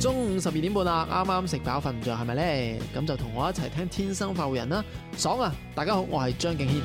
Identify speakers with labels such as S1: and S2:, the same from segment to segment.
S1: 中午十二點半啦，啱啱食飽瞓唔着係咪呢？咁就同我一齊聽《天生快活人》啦，爽啊！大家好，我係張敬軒。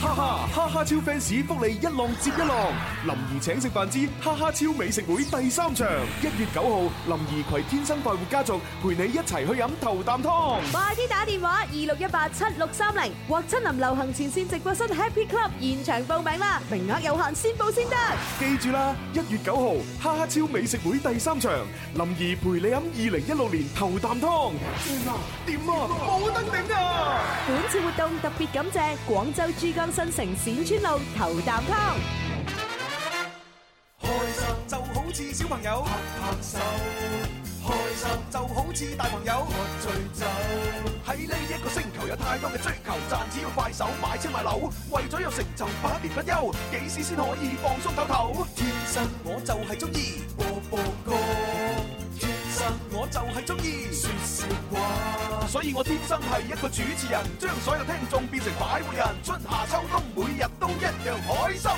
S2: 哈哈哈哈超 fans 福利一浪接一浪，林兒請食飯之哈哈超美食會第三場，一月九號，林兒攜天生快活家族陪你一齊去飲頭啖湯。
S3: 快啲打電話二六一八七六三零或親臨流行前線直播室 Happy Club 現場報名啦，名額有限，先報先得。
S2: 記住啦，一月九號哈哈超美食會第三場，林兒陪你飲二零一六年頭啖湯。正啊，點啊，冇得頂啊！
S3: 本次活動特別感謝廣州珠江新城冼村路頭啖湯。
S4: 開心就好似小朋友拍拍手，開心就好似大朋友喝醉酒。喺呢一個星球有太多嘅追求，賺錢要快手買車買樓，為咗有成就百年不休，幾時先可以放鬆唞唞？天生我就係中意播播歌，天生我就係中意説笑話，所以我天生係一個主持人，將所有聽眾變成擺活人，春夏秋冬每日都一樣開心。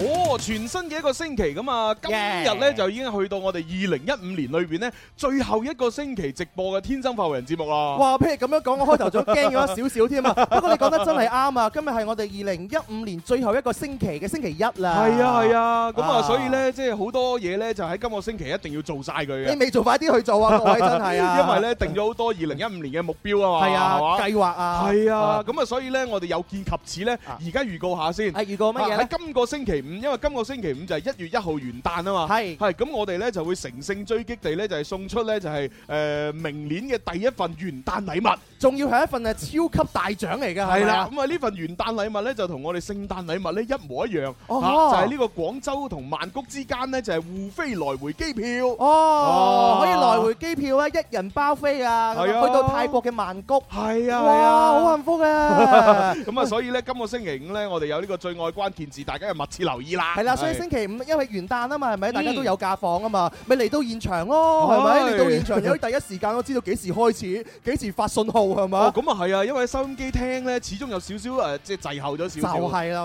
S5: 哦，全新嘅一個星期咁啊，今日咧就已經去到我哋二零一五年裏邊咧最後一個星期直播嘅《天生發人》節目啦。
S6: 哇！譬如咁樣講，我開頭仲驚咗少 少添啊。不過你講得真係啱啊！今日係我哋二零一五年最後一個星期嘅星期一啦。
S5: 係啊係啊，咁啊，所以咧，即係好多嘢咧，就喺今個星期一定要做晒佢嘅。
S6: 你未做快啲去 做啊！各位真係啊，
S5: 因為咧定咗好多二零一五年嘅目標啊嘛，
S6: 係啊
S5: 係嘛
S6: 計劃啊
S5: 係啊，咁啊，所以咧我哋有見及此咧，而家預告下先。
S6: 係預告乜嘢呢
S5: 啊喺今個星期五，因為今個星期五就係一月一號元旦啊嘛。係係，咁我哋咧就會乘勝追擊地咧就係送出咧就係誒明年嘅第一份元旦禮物。
S6: 仲要係一份誒超級大獎嚟㗎，
S5: 係
S6: 係咪
S5: 啦
S6: 啊，
S5: 咁啊呢份元誕禮物咧就同我哋聖誕禮物咧一模一樣，
S6: 哦
S5: 啊就係呢個廣州同曼谷之間咧就係互飛來回機票。
S6: 哦，
S5: 哇
S6: 可以來回機票啊，一人包飛啊，
S5: 係啊
S6: 去到泰國嘅曼谷，
S5: 係啊，係啊
S6: 哇，好 幸福啊！
S5: 咁啊，所以咧，今個星期五咧，我哋有呢個最愛關鍵字，大家要密切留意啦。
S6: 係啦，所以星期五因為元旦啊嘛，係咪？大家都有假放啊嘛，咪嚟到現場咯，係咪？
S5: 係
S6: 嚟到現場有第一時間我知道幾時開始， 幾時發信號係咪？
S5: 哦，咁啊係啊，因為收音機聽咧，始終有少少誒，即係滯後咗少少。
S6: 就係啦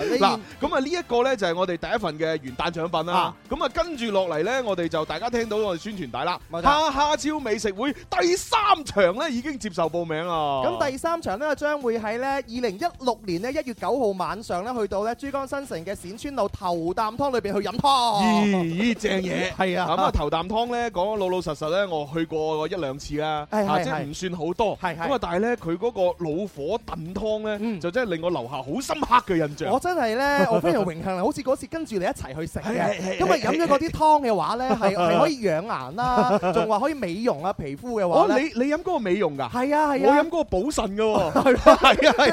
S6: 你
S5: 嗱，咁啊呢一個咧就係我哋第一份嘅元旦獎品啦。咁啊跟住落嚟咧，我哋就大家聽到我哋宣傳帶啦。哈哈超美食會第三場咧已經接受報名啦。
S6: 咁第三場呢，將會喺呢二零一六年呢一月九號晚上呢，去到呢珠江新城嘅冼村路頭啖湯裏邊去飲湯。
S5: 咦，正嘢
S6: 哦係啊
S5: 咁啊頭啖湯咧，講老老實實咧，我去過一兩次啦，
S6: 係係
S5: 啊即係
S6: 係
S5: 唔算好多。
S6: 係係嗯
S5: 咁啊，但係咧佢嗰個老火燉湯咧，就真係令我留下好深刻嘅印象。
S6: 我真 係呢，我非常榮幸，好似嗰次跟住你一齊去食
S5: 係係
S6: 嘅，
S5: 係
S6: 因為飲咗嗰啲湯嘅話呢，係係可以養顏啦， 仲話可以美容啊皮膚嘅話
S5: 哦，
S6: 呢
S5: 你你飲嗰個美容㗎？
S6: 係啊係啊，啊
S5: 我飲嗰個補腎㗎喎。啊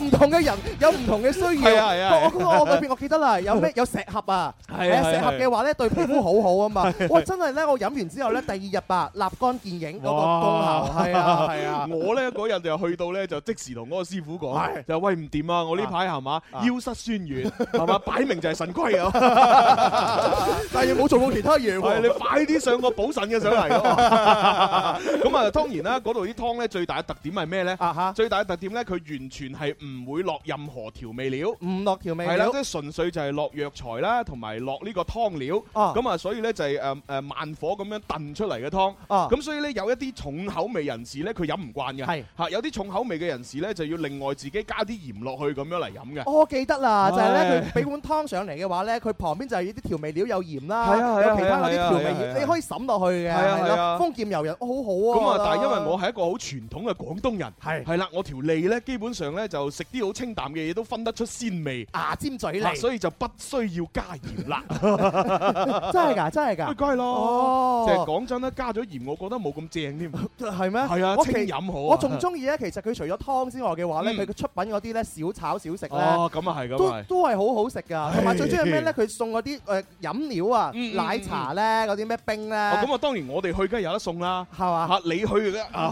S6: 唔同嘅人有唔同嘅需要。
S5: 係啊係啊係啊
S6: 我我我我裏邊我記得啦，有咩有石盒啊，
S5: 係啊係啊
S6: 石盒嘅話咧對皮膚好好啊嘛
S5: 係。啊
S6: 哇，真係咧，我飲完之後咧，第二日吧，立竿見影嗰個功效
S5: 哇嗯
S6: 係啊係 啊。
S5: 我咧嗰日就去到咧就即時同嗰個師傅講，就喂唔掂啊！我呢排係嘛腰膝酸軟係 嘛，擺明就係腎虧啊！
S6: 但係你冇做過其他嘢喎
S5: 係啊你快啲上個補腎嘅上嚟咁啊，當然啦，嗰度啲湯咧最大嘅特點係咩咧？
S6: 啊
S5: 最大嘅特點咧，佢完全係唔會落任何調味料，
S6: 唔落調味料
S5: 係啦，即係純粹就係落藥材啦，同埋落呢個湯料。
S6: 啊
S5: 咁啊，所以咧就係誒誒慢火咁樣燉出嚟嘅湯。
S6: 啊
S5: 咁所以咧有一啲重口味人士咧，佢飲唔慣嘅。
S6: 係
S5: 嚇，有啲重口味嘅人士咧，就要另外自己加啲鹽落去咁樣嚟飲嘅。
S6: 哦我記得啦，就係咧
S5: 唉
S6: 佢俾碗湯上嚟嘅話咧，佢旁邊就係啲調味料有鹽啦，
S5: 係啊係啊
S6: 有其他嗰啲
S5: 係啊
S6: 調味
S5: 係啊
S6: 料，
S5: 係啊
S6: 你可以揼落去嘅，
S5: 係啊
S6: 係
S5: 係
S6: 咯
S5: 啊
S6: 豐儉由人，好
S5: 咁
S6: 好啊。
S5: 啊，但係因為我
S6: 係
S5: 係一個好傳統嘅廣東人，係係啦，我條脷咧基本上咧就食啲好清淡嘅嘢都分得出鮮味，
S6: 牙尖嘴利
S5: 啊所以就不需要加鹽 啦。
S6: 真係㗎，真係㗎，
S5: 梗係咯，
S6: 哦
S5: 即係講真啦，加咗鹽我覺得冇咁正添。
S6: 係咩？
S5: 係啊，
S6: 我
S5: 清
S6: 其
S5: 飲好啊。
S6: 我仲中意咧，其實佢除咗湯之外嘅話咧，佢嘅出品嗰啲咧小炒小食
S5: 哦，
S6: 咧。
S5: 咁啊係，咁
S6: 都
S5: 啊係。
S6: 都係好好食㗎，同埋最中意咩咧？
S5: 嘿
S6: 佢送嗰啲誒飲料啊、
S5: 嗯嗯
S6: 奶茶咧、嗰啲咩冰咧，
S5: 哦，咁啊，當然我哋去梗係有得送啦，
S6: 係嘛？
S5: 嚇你去嘅啊，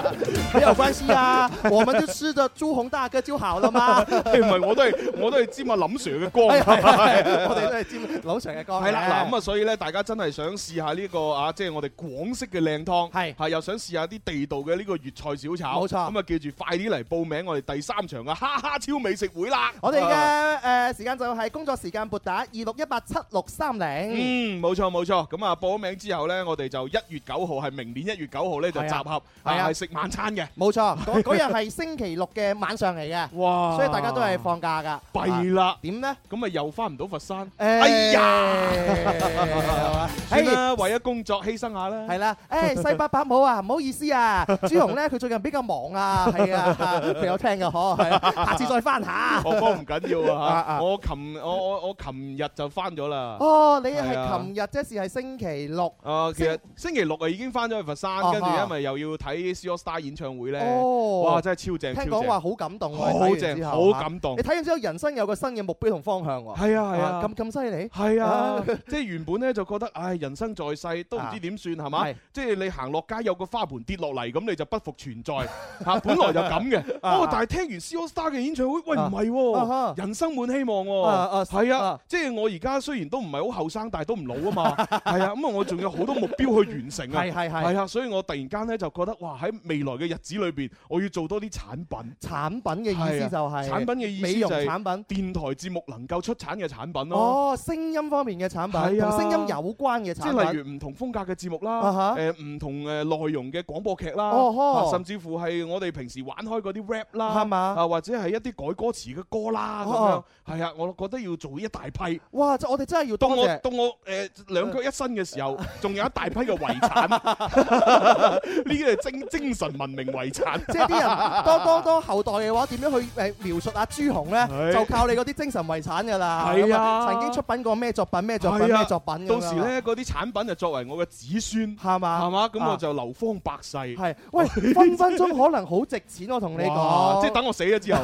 S6: 沒有關 係啊，我們就吃着朱紅大哥就好了嘛。
S5: 唔係我都係我都係沾阿林 Sir 嘅光，
S6: 哎 我哋都係沾老常嘅歌嘅。
S5: 哦係啦，嗱咁啊，所以咧，大家真係想試下呢個啊，即係我哋廣式嘅靚湯，係係又想試下啲地道嘅呢個粵菜小炒，
S6: 冇錯
S5: 咁啊，記住快啲嚟報名我哋第三場嘅哈哈超美食會啦！
S6: 我哋嘅誒嘅時間就係工作時間撥打二六一八七六三零。
S5: 嗯，冇錯冇錯，咁啊報咗名之後呢，我哋就一月九號係明年一月九號呢，就
S6: 係
S5: 集
S6: 啊
S5: 合，
S6: 係啊
S5: 係食晚餐嘅。
S6: 冇錯，嗰嗰日係星期六嘅晚上嚟嘅，
S5: 哇
S6: 所以大家都係放假㗎。
S5: 弊啦
S6: 啊，點呢？
S5: 咁咪又翻唔到佛山。
S6: 哎
S5: 呀，算
S6: 哎
S5: 啦，為咗工作犧牲下啦。
S6: 係啦，誒西伯伯母啊，唔好意思啊，朱紅咧佢最近比較忙啊，係啊，佢有聽嘅嗬，係啊下次再翻下。
S5: 我幫唔緊要
S6: 啊
S5: 啊
S6: 啊
S5: 嚇，我琴我我我琴日就翻咗啦。
S6: 哦，你
S5: 係啊
S6: 係琴日即是係星期六，
S5: 啊，其實星期六啊已經翻咗去佛山，
S6: 啊
S5: 跟住
S6: 哈
S5: 因為又要睇 C AllStar 演唱會咧，
S6: 哦
S5: 哇真係超正，超
S6: 聽講
S5: 正
S6: 話好感動喎，
S5: 好
S6: 睇完
S5: 正，
S6: 之後
S5: 好感動
S6: 你，睇完之後，人生有個新嘅目標同方向喎。
S5: 係啊係啊，
S6: 咁咁犀利。
S5: 係啊
S6: 啊，
S5: 即係原本咧就覺得，唉，人生在世都唔知點算係嘛
S6: 係？
S5: 即係你行落街有個花盆跌落嚟，咁你就不復存 在嚇。本來就咁嘅，哦，但係聽完 C AllStar 嘅演唱會，喂
S6: 啊
S5: 唔係
S6: 啊
S5: 喎，
S6: 哈
S5: 人生滿希望
S6: 啊
S5: 喎，
S6: 啊
S5: 係啊
S6: 啊，
S5: 即係我而家雖然都唔係好後生，但係都唔老啊 嘛，係啊，咁啊我仲有好多目標去完成啊
S6: 係。係係。
S5: 係啊，所以我突然間咧就覺得，哇！喺未來嘅日子裏邊，我要做多啲產品。
S6: 產品嘅意思就係
S5: 啊產品嘅意思
S6: 美
S5: 就
S6: 容
S5: 係
S6: 產品。
S5: 電台節目能夠出產嘅產品咯。
S6: 哦，聲音方面嘅產品，
S5: 係啊
S6: 同聲音有關嘅
S5: 即
S6: 產
S5: 係例
S6: 品。
S5: 如唔同風格嘅節目
S6: 啊
S5: 啦，
S6: 哈
S5: 誒唔同誒內容嘅廣播劇啦，
S6: 哦呵
S5: 啊甚至乎係我哋平時玩開嗰啲 rap 啦，
S6: 係嘛
S5: 啊或者係一啲改歌詞嘅歌啦咁樣
S6: 哦，
S5: 係啊，我覺得要做一大批。
S6: 哇！即我哋真係要
S5: 當
S6: 多
S5: 我
S6: 謝。
S5: 當我誒兩腳一伸嘅時 候，仲有一大批嘅遺產，呢啲係精精神文明遺 產。
S6: 即係啲人多多多後代嘅話，點樣去誒描述阿朱紅
S5: 係
S6: 咧？就靠你嗰啲精神遺產㗎啦。
S5: 係啊
S6: 咁曾經出品過咩作品、咩作品、
S5: 係啊
S6: 咩作品咁樣
S5: 到時咧，嗰啲產品就作為我嘅子孫，
S6: 係嘛？
S5: 係嘛？咁我
S6: 啊
S5: 就流芳百世。
S6: 係，喂，分分鐘可能好值錢，我同你
S5: 哇
S6: 講。
S5: 即係等我死咗之 後。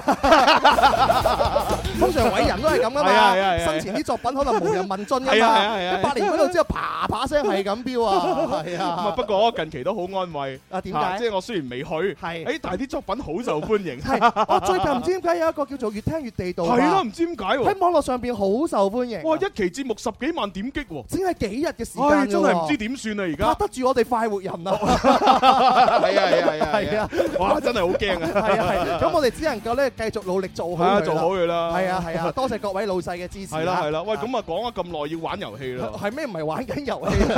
S6: 通常偉人都係咁噶
S5: 係啊係啊
S6: 嘛，
S5: 係啊
S6: 生前啲作品可能無人問津噶嘛，
S5: 係啊係啊 係啊
S6: 一百年嗰度之後啪啪聲係咁飆 啊，係
S5: 咁啊，
S6: 啊
S5: 不，過近期都好安慰。
S6: 啊點
S5: 啊即
S6: 解？
S5: 係我雖然未去，
S6: 係
S5: 誒，但係啲作品好受歡 迎，
S6: 係，我最近唔知點解有一個叫做越聽越地道啊，
S5: 係咯，唔知點解喎，
S6: 喺網絡上邊好受歡迎啊，
S5: 哇，一期節目十幾萬點擊喎，
S6: 只係幾日嘅時
S5: 唉，
S6: 間
S5: 真係唔知點算啊，而
S6: 拍
S5: 家，
S6: 得住我哋快活人 啊，
S5: 係啊係啊
S6: 係啊，
S5: 哇，真係好驚啊，
S6: 係啊係，咁我哋只能夠咧繼續努力做
S5: 係
S6: 好佢
S5: 啊，
S6: 啦
S5: 做好，佢啦，
S6: 係啊，係啊，多謝各位老細嘅支持啊，
S5: 係啦係啦，喂，
S6: 啊
S5: 咁啊講咗咁耐要玩遊戲 啦，
S6: 係咩唔係玩 緊遊戲啊？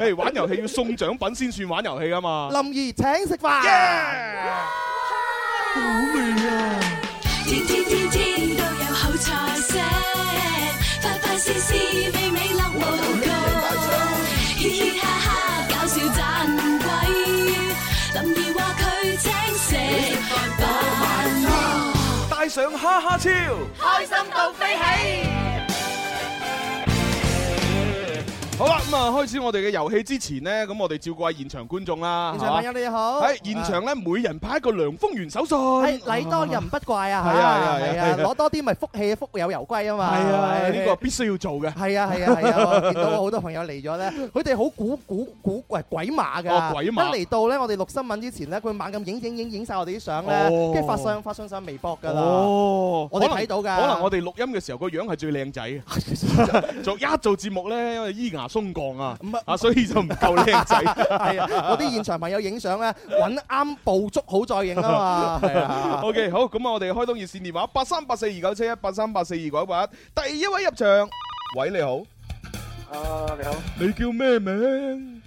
S5: 誒，玩遊戲要送獎品先算玩遊戲啊嘛，
S6: 林怡請食飯。
S7: 天天天天都有好菜色，快快試試美美樂無窮，嘻嘻哈哈搞笑盞鬼，林兒話佢請食飯。
S4: 帶上哈哈超，
S5: 好啦，咁啊開始我哋嘅遊戲之前呢，咁我哋照顧下現場觀眾啦，
S6: 現場朋友你好，
S5: 喺現場咧，每人派一個涼風源手信，
S6: 係哎禮多人不怪啊，
S5: 哎係啊係啊
S6: 係
S5: 係啊
S6: 啊，攞多啲咪福氣福有攸歸啊嘛，
S5: 係啊，
S6: 係咪
S5: 呢個必須要做嘅。
S6: 係啊係啊係啊，我見到好多朋友嚟咗咧，佢哋好古古古喂鬼馬
S5: 哦
S6: 㗎，
S5: 鬼馬
S6: 一嚟到咧，我哋錄新聞之前咧，佢猛咁影影影影晒我哋啲相咧
S5: 哦，
S6: 跟住發上發上上微博㗎啦，
S5: 哦，
S6: 我哋睇到㗎，
S5: 可能我哋錄音嘅時候個樣係最靚 仔嘅，做一做節目咧，因為依牙鬆降啊，
S6: 唔係
S5: 啊所以就唔夠靚仔。
S6: 係啊，我啲現場朋友影相咧，揾啱捕捉好再影 啊嘛，係啊。
S5: O K，好，咁啊，我哋開通熱線電話八三八四二九七一八三八四二九八一，第一位入場，喂你好，
S8: 啊，你好，
S5: 你叫咩名？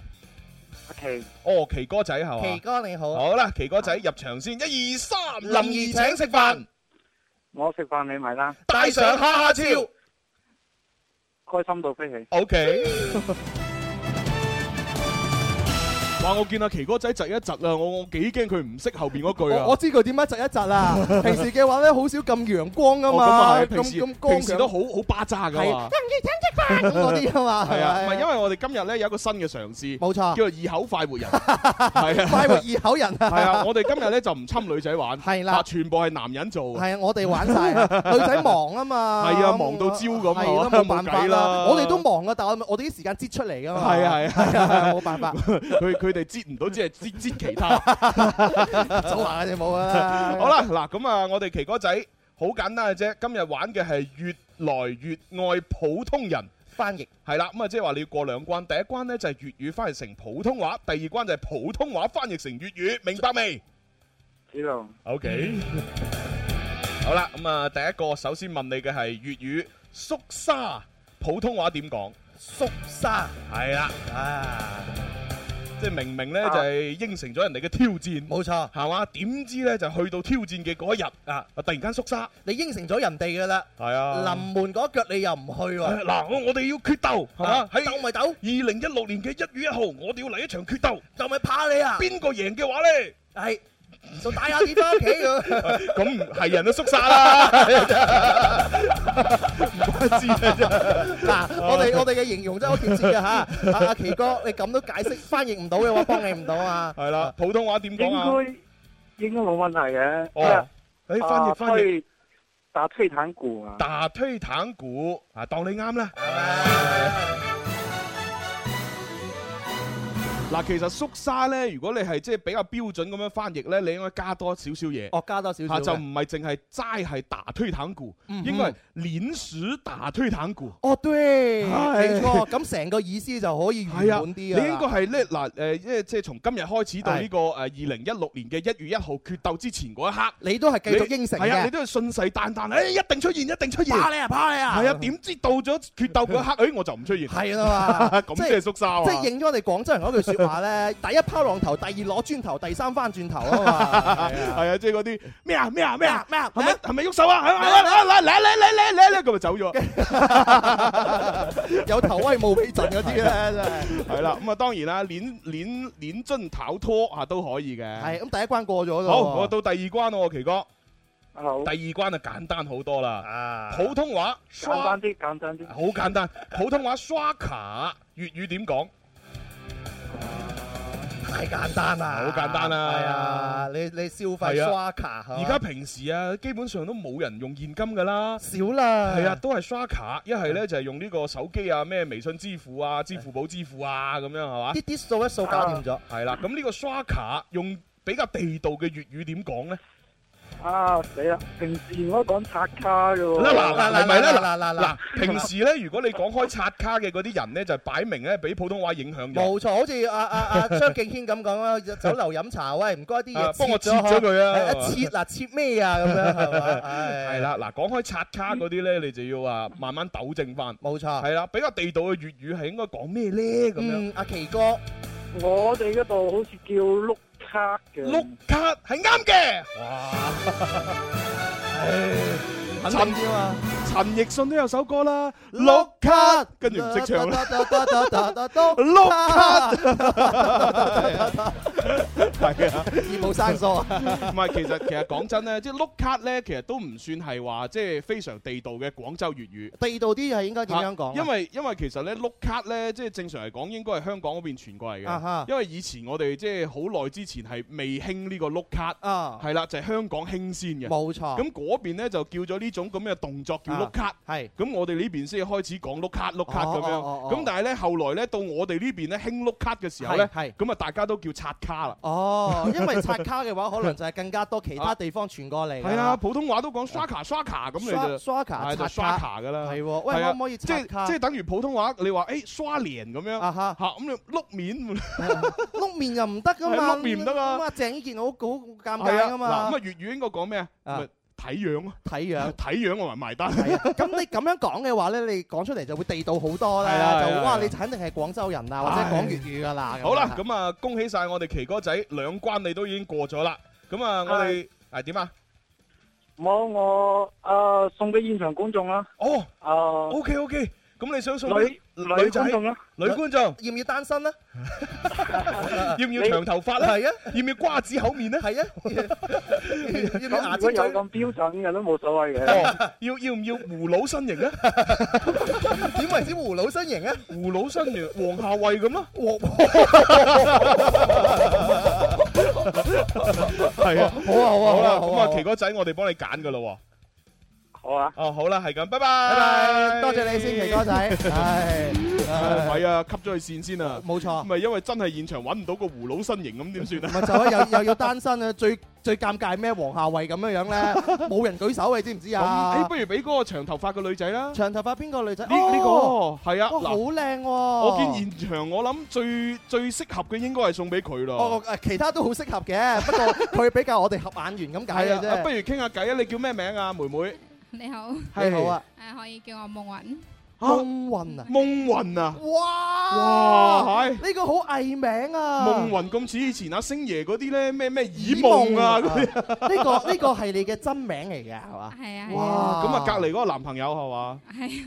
S8: 阿琪，
S5: 哦，奇哥仔係
S6: 奇
S5: 嘛？
S6: 哥你好，
S5: 好啦，奇哥仔入場先，一二三，
S6: 林怡請
S5: 食飯，
S8: 我食飯你埋單，
S5: 帶上哈哈超。
S8: 開心到飛起。
S5: O K。哇！我見阿奇哥仔窒一窒啊，我我幾驚佢唔識後邊嗰句啊。
S6: 我我知佢點解窒一 窒啦。平時嘅話咧，好少咁陽光噶
S5: 哦咁啊
S6: 嘛，
S5: 係
S6: 咁
S5: 平時
S6: 咁光
S5: 平時都好好巴渣噶
S6: 係
S5: 嘛。
S6: 強咁嗰啲啊嘛，
S5: 係啊，唔係因
S6: 為
S5: 為我哋今日咧有一個新嘅嘗試，
S6: 冇
S5: 叫
S6: 錯，
S5: 做二口快活 人。係啊，
S6: 啊快活二口 人
S5: 係啊，我哋今日咧就唔侵女仔玩，
S6: 係
S5: 啊
S6: 啦，
S5: 全部係男人做嘅。
S6: 係啊，我哋玩晒 啊，女仔忙啊嘛，
S5: 係啊忙到焦咁啊
S6: 係都冇
S5: 冇
S6: 辦法
S5: 計啦
S6: 啦。我哋都忙啊，但係我哋啲時間擠出嚟噶嘛，
S5: 係啊係啊，
S6: 係啊，冇辦法，
S5: 佢佢哋接唔到，只係接接其他。
S6: 早話佢哋冇啊。
S5: 好，啦，嗱咁啊，我哋奇哥仔好簡單嘅啫，今日玩嘅係越來越愛普通人。
S6: 翻譯
S5: 係啦，咁啊，即係話你要過兩關，第一關呢就係粵語翻譯成普通話，第二關就係普通話翻譯成粵語，明白未
S8: 知道，
S5: ？OK。好啦，咁啊，第一個首先問你嘅係粵語縮沙，普通話點講？縮沙係啦，啊，即係明明呢就係應承咗人哋嘅挑戰，
S6: 冇錯，
S5: 係嘛？點知呢就去到挑戰嘅嗰一日啊，突然間縮沙，
S6: 你應承咗人哋噶啦，
S5: 係啊，哎
S6: 臨門嗰腳你又唔去喎，
S5: 嗱，我我哋要決鬥，係嘛？喺
S6: 鬥咪鬥，
S5: 二零一六年嘅一月一號，我哋要嚟一場決鬥，
S6: 就咪怕你啊，
S5: 邊個贏嘅話 呢？
S6: 係就打下你翻屋企咁。
S5: 咁係人都縮沙 啦，唔關事嘅啫。
S6: 嗱，我哋我哋嘅形容真係好貼切 嘅嚇，阿阿奇哥，你咁都解釋翻譯唔到嘅話，幫你唔到 啊。
S5: 係啦，普通話點講啊？
S8: 應該應該冇問題嘅。
S5: 哦，誒翻譯翻譯，
S8: 推打推彈鼓啊，
S5: 打推坦鼓啊，當你啱啦。嗱，其實縮沙咧，如果你係即係比較標準咁樣翻譯咧，你應該加多少少嘢。
S6: 哦，加多少
S5: 嚇
S6: 少
S5: 就
S6: 嘅。
S5: 唔係淨係齋係打推坦鼓，
S6: 嗯
S5: 應該係連屎打推坦鼓。
S6: 哦，對，
S5: 係
S6: 冇錯，咁成個意思就可以圓
S5: 係啊，
S6: 滿
S5: 你
S6: 啲啊。
S5: 應該係咧嗱誒，即係即係從今日開始到呢個誒二零一六年嘅一月一號決鬥之前嗰一刻，
S6: 你都係繼續
S5: 你
S6: 應承
S5: 係啊，你
S6: 嘅。
S5: 都要信誓旦旦，誒一定出現，一定出現。
S6: 怕你啊！怕你啊！
S5: 係啊，點知到咗決鬥嗰一刻，誒我就唔出現，
S6: 係啦嘛，
S5: 咁
S6: 即
S5: 即係
S6: 係
S5: 縮沙啊！
S6: 即係應咗我哋廣州人嗰句説 話咧，第一拋浪頭，第二攞磚頭，第三翻轉頭啊嘛。
S5: 係啊，即係嗰啲咩啊咩啊咩啊
S6: 咩啊
S5: 係咪係咪喐手啊？係咪係咪係咪嚟嚟嚟嚟嚟嚟咁就走咗。
S6: 有頭威冇尾陣 嗰啲咧，真係。
S5: 係啦，咁啊當然啦，連連連樽跑拖啊都可以嘅。
S6: 係哦咁，第一關過咗咯。
S5: 好，我到第二關咯，奇哥。
S8: 好
S5: 第二關就啊簡單好多啦。
S6: 啊
S5: 普通話
S8: 簡
S5: 刷
S8: 單啲，簡單啲。
S5: 好簡單，普通話刷卡，粵語點講？
S6: 太簡單啦，
S5: 好簡單啦
S6: 係啊，你你消費
S5: 係啊
S6: 刷卡，係嘛
S5: 而家平時啊，基本上都冇人用現金噶啦。
S6: 少啦，
S5: 係啊，，都係刷卡，一係咧就係用呢個手機啊，咩微信支付啊、支付寶支付啊咁樣係嘛？
S6: 啲啲數一數搞掂咗，
S5: 係啦，咁呢個刷卡用比較地道嘅粵語點講咧？
S8: 啊死啦！平時我講刷卡嘅
S5: 嗱嗱
S8: 喎，
S5: 嗱嗱，係咪咧？嗱
S6: 嗱嗱
S5: 嗱，平時咧，如果你講開刷卡嘅嗰啲人咧，就擺明咧俾普通話影響咗。
S6: 冇錯，好似阿阿 阿張敬軒咁講啦，酒樓飲茶，喂，唔該啲
S5: 啊
S6: 嘢，
S5: 幫我切
S6: 切
S5: 咗
S6: 嗬
S5: 佢啊
S6: 係啊，切嗱切咩啊咁樣 係嘛，係
S5: 係，啦，嗱，講開刷卡嗰啲咧，你就要啊慢慢糾正翻。
S6: 冇錯，
S5: 係啦，比較地道嘅粵語係應該講咩咧？咁樣
S6: 嗯，阿奇哥，
S8: 我哋嗰度好似叫碌卡嘅。
S5: 碌卡係啱嘅。哇！
S6: 肯
S5: 陳
S6: 定啲啊嘛，
S5: 陳奕迅都有首歌啦，
S6: 碌卡，
S5: 跟住唔識唱啦，
S6: 碌卡，
S5: 係啊。
S6: 業務生疏啊，
S5: 唔係，其實其實講真咧，即係碌卡咧，其實都唔算係話即係非常地道嘅廣州粵語。
S6: 地道啲係應該點樣講啊？
S5: 因為因為其實咧碌卡咧，即係正常嚟講應該係香港嗰邊傳過嚟
S6: 啊
S5: 嘅。
S6: 哈
S5: 因為以前我哋即係好耐之前係未興呢個碌卡，
S6: 啊，
S5: 係啦，就係香港興先嘅。
S6: 冇錯，
S5: 咁嗰邊咧就叫咗呢種咁嘅動作叫碌卡。
S6: 係
S5: 咁我哋呢邊先開始講碌卡碌卡咁樣，
S6: 哦哦哦哦
S5: 咁但係咧後來咧到我哋呢邊咧興碌卡嘅時候咧，
S6: 係係
S5: 咁啊大家都叫刷卡啦。
S6: 哦， 因為刷卡嘅話，可能就係更加多其他地方傳過嚟。
S5: 啊係啊，，普通話都講刷卡刷卡咁你
S6: 刷
S5: 就
S6: 刷
S5: 係
S6: 卡
S5: 就
S6: 刷
S5: 刷
S6: 卡
S5: 卡噶啦。
S6: 係喎，喂，
S5: 係啊
S6: 可唔可以
S5: 即
S6: 刷卡？
S5: 係即係等於普通話，你話誒刷臉咁樣
S6: 啊哈，
S5: 嚇，咁你碌面
S6: 碌面又唔得噶嘛，
S5: 係碌面唔得啊
S6: 咁啊，鄭伊健好好
S5: 係
S6: 尷尬
S5: 啊
S6: 噶
S5: 嗱
S6: 嘛
S5: 咁啊，粵語應該講咩啊？
S6: 啊
S5: 咪睇樣咯，
S6: 睇樣。
S5: 睇樣我埋埋單。
S6: 係啊，咁你咁樣 講嘅話咧，你講出嚟就會地道好多
S5: 係啊
S6: 啦，
S5: 係啊
S6: 就哇
S5: 係啊
S6: 你肯定係廣州人啊，或者講粵語噶啦。
S5: 好啦，咁啊，恭喜晒我哋奇哥仔兩關你都已經過咗啦。咁啊，我哋係點啊？
S8: 冇我啊送俾現場觀眾啦，
S5: 哦
S8: 啊
S5: ，OK OK，咁你想送俾
S8: 女女
S5: 仔
S8: 觀眾啦，
S5: 女觀眾，
S6: 要唔要 單身咧？
S5: 要唔要
S8: 你
S5: 長頭髮咧？
S6: 係啊，
S5: 要唔要瓜子口面咧？
S6: 係啊，要要唔要
S8: 咁
S6: 牙
S8: 如果
S6: 尖
S8: 有
S6: 嘴？
S8: 咁標準嘅都冇所謂嘅。
S5: 哦，要要唔要胡佬身形咧？
S6: 點為之胡老身形啊？
S5: 胡佬身形，黃夏慧咁咯。係啊。
S6: 好啊好啊
S5: 好啦，
S6: 好
S5: 咁
S6: 啊
S5: 啊，奇哥仔，我哋幫你揀噶咯。
S8: 好啊。
S5: 哦，好啦，係咁，拜拜，
S6: 拜拜，多謝你先，奇哥仔，唉。
S5: 唔 係啊，吸咗佢線先啊。
S6: 冇錯
S5: 唔。係因為真係現場揾唔到個葫蘆身形咁點算啊？
S6: 咪 就係又又要單身啊！最最尷尬咩？黃夏慧咁樣 樣咧，冇人舉手，你知唔知
S5: 咁，誒
S6: 啊
S5: 不？如俾嗰個長頭髮嘅女仔啦。
S6: 長頭髮邊個女仔？
S5: 呢呢個
S6: 哦
S5: 係啊，
S6: 哇好
S5: 嗱，
S6: 靚喎！
S5: 我
S6: 我
S5: 見現場我諗最最適合嘅應該係送俾佢
S6: 哦
S5: 咯。
S6: 誒其他都好適合 嘅，不過佢比較我哋合眼緣咁解
S5: 係
S6: 嘅
S5: 啊，不
S6: 啫。
S5: 如傾下偈啊！你叫咩名啊，妹妹？
S9: 你好，
S6: 你好啊，
S9: 誒可以叫我夢雲，
S5: 嚇，
S6: 夢雲啊！
S5: 夢雲啊！
S6: 哇
S5: 哇係
S6: 呢個好藝名啊！
S5: 夢雲咁似以前阿星爺嗰啲咧，咩咩耳夢啊嗰啲。
S6: 呢個呢個係你嘅真名嚟嘅係嘛？
S9: 係啊，
S6: 哇
S9: 係
S5: 咁啊，隔離嗰個男朋友係嘛？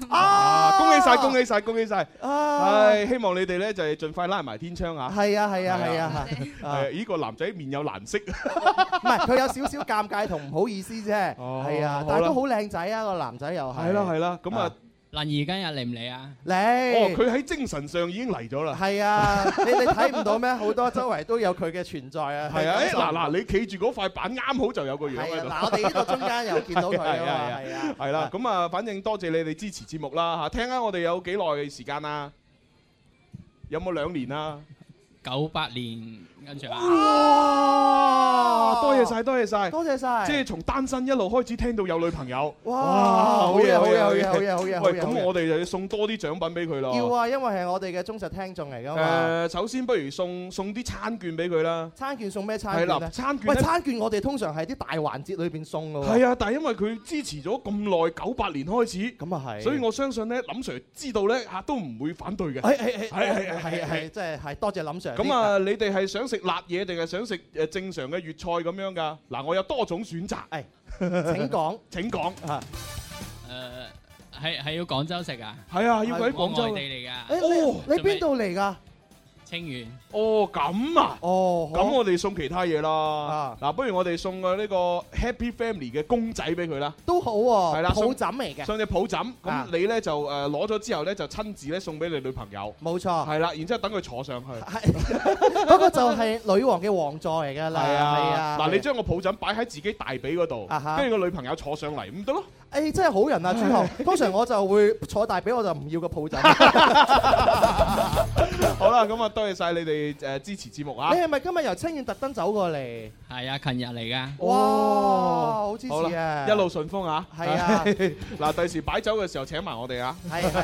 S9: 啊，
S5: 啊！恭喜晒，恭喜晒，恭喜晒！
S6: 啊！
S5: 唉，希望你哋咧就係盡快拉埋天窗嚇。
S6: 係啊係啊係
S5: 係
S6: 啊！
S5: 係啊，呢個男仔面有難色。
S6: 唔係，佢有少少尷尬同唔好意思啫，
S5: 哦
S6: 係
S5: 好
S6: 啊，
S5: 啦
S6: 但係都好靚仔啊，個男仔又係。
S5: 係啦，係啦，咁啊，
S10: 林怡今日嚟唔嚟啊？
S5: 哦，
S6: 你
S5: 佢喺精神上已經嚟咗啦。
S6: 係啊，你你睇唔到咩？好多周圍都有佢嘅存在啊。
S5: 係啊，誒嗱
S6: 係啊，
S5: 嗱，你企住嗰塊板啱好就有個樣喺度。
S6: 嗱，我哋呢度中間又見到佢啊嘛，
S5: 係
S6: 係啊，
S5: 係啦，咁啊，反正多謝你哋支持節目啦嚇，聽下我哋有幾耐嘅時間啊？有冇兩年啊？
S10: 九八年跟住啊，
S5: 哇！啊多謝晒，多謝晒。
S6: 多謝晒。
S5: 即係從單身一路開始聽到有女朋友。
S6: 哇，
S5: 好
S6: 好
S5: 嘢
S6: 嘢，好
S5: 好
S6: 嘢，
S5: 嘢
S6: 好
S5: 好嘢
S6: 嘢，好嘢，好嘢，好
S5: 喂，
S6: 嘢。
S5: 咁我哋就要送多啲獎品俾佢
S6: 要
S5: 咯。
S6: 啊，因為係我哋嘅忠實聽眾嚟㗎嘛。
S5: 誒，首先不如送送啲餐券俾佢啦。
S6: 餐券送咩餐
S5: 係
S6: 券
S5: 啦，
S6: 咧？
S5: 餐券
S6: 喂，
S5: 咧
S6: 餐券我哋通常係啲大環節裏邊送㗎喎。
S5: 係啊，但係因為佢支持咗咁耐，九八年開始，
S6: 咁啊係。
S5: 所以我相信咧，林 Sir 知道咧嚇都唔會反 對嘅。
S6: 係係
S5: 係
S6: 係
S5: 係
S6: 係
S5: 係
S6: 係，即哎係係多謝林 Sir。
S5: 咁啊，你哋係想食辣嘢定係想食誒正常嘅粵菜咁樣㗎？嗱，我有多種選擇，
S6: 請講。啊
S5: 請講。
S10: 誒係係要廣州食啊，
S5: 係啊，要佢喺
S10: 我
S5: 廣
S10: 外地
S5: 州。
S10: 嚟㗎，
S6: 誒，你
S5: 哦
S6: 你邊度嚟㗎？
S10: 清遠
S5: 哦，咁啊，
S6: 哦，
S5: 咁
S6: 好
S5: 我哋送其他嘢啦
S6: 啊。
S5: 嗱，不如我哋送個呢個 Happy Family 嘅公仔俾佢啦。
S6: 都好喎，
S5: 係啦
S6: 抱枕嚟嘅，
S5: 上隻抱枕，
S6: 啊
S5: 咁你咧就誒攞咗之後咧就親自咧送俾你女朋友，
S6: 冇錯。
S5: 係啦，然之後等佢坐上去，係
S6: 啊係 嗰個就係女王嘅王座嚟㗎啦，係啊。
S5: 嗱你將個抱枕擺喺自己大髀嗰度
S6: 啊哈，
S5: 跟住個女朋友坐上嚟，唔得咯，
S6: 誒真係好人啊， 朱紅。通常我就會坐大髀，我就唔要個抱 枕。
S5: 好啦，咁啊多謝晒你哋誒支持節目啊
S6: 你，係咪今日由清遠特登走過嚟？
S10: 係啊，近日嚟㗎。
S6: 哇，
S5: 哦
S6: 好支
S5: 好
S6: 持啊！
S5: 一路順風啊，
S6: 係啊
S5: 嗱第時擺酒嘅時候請埋我哋啊，
S6: 係係，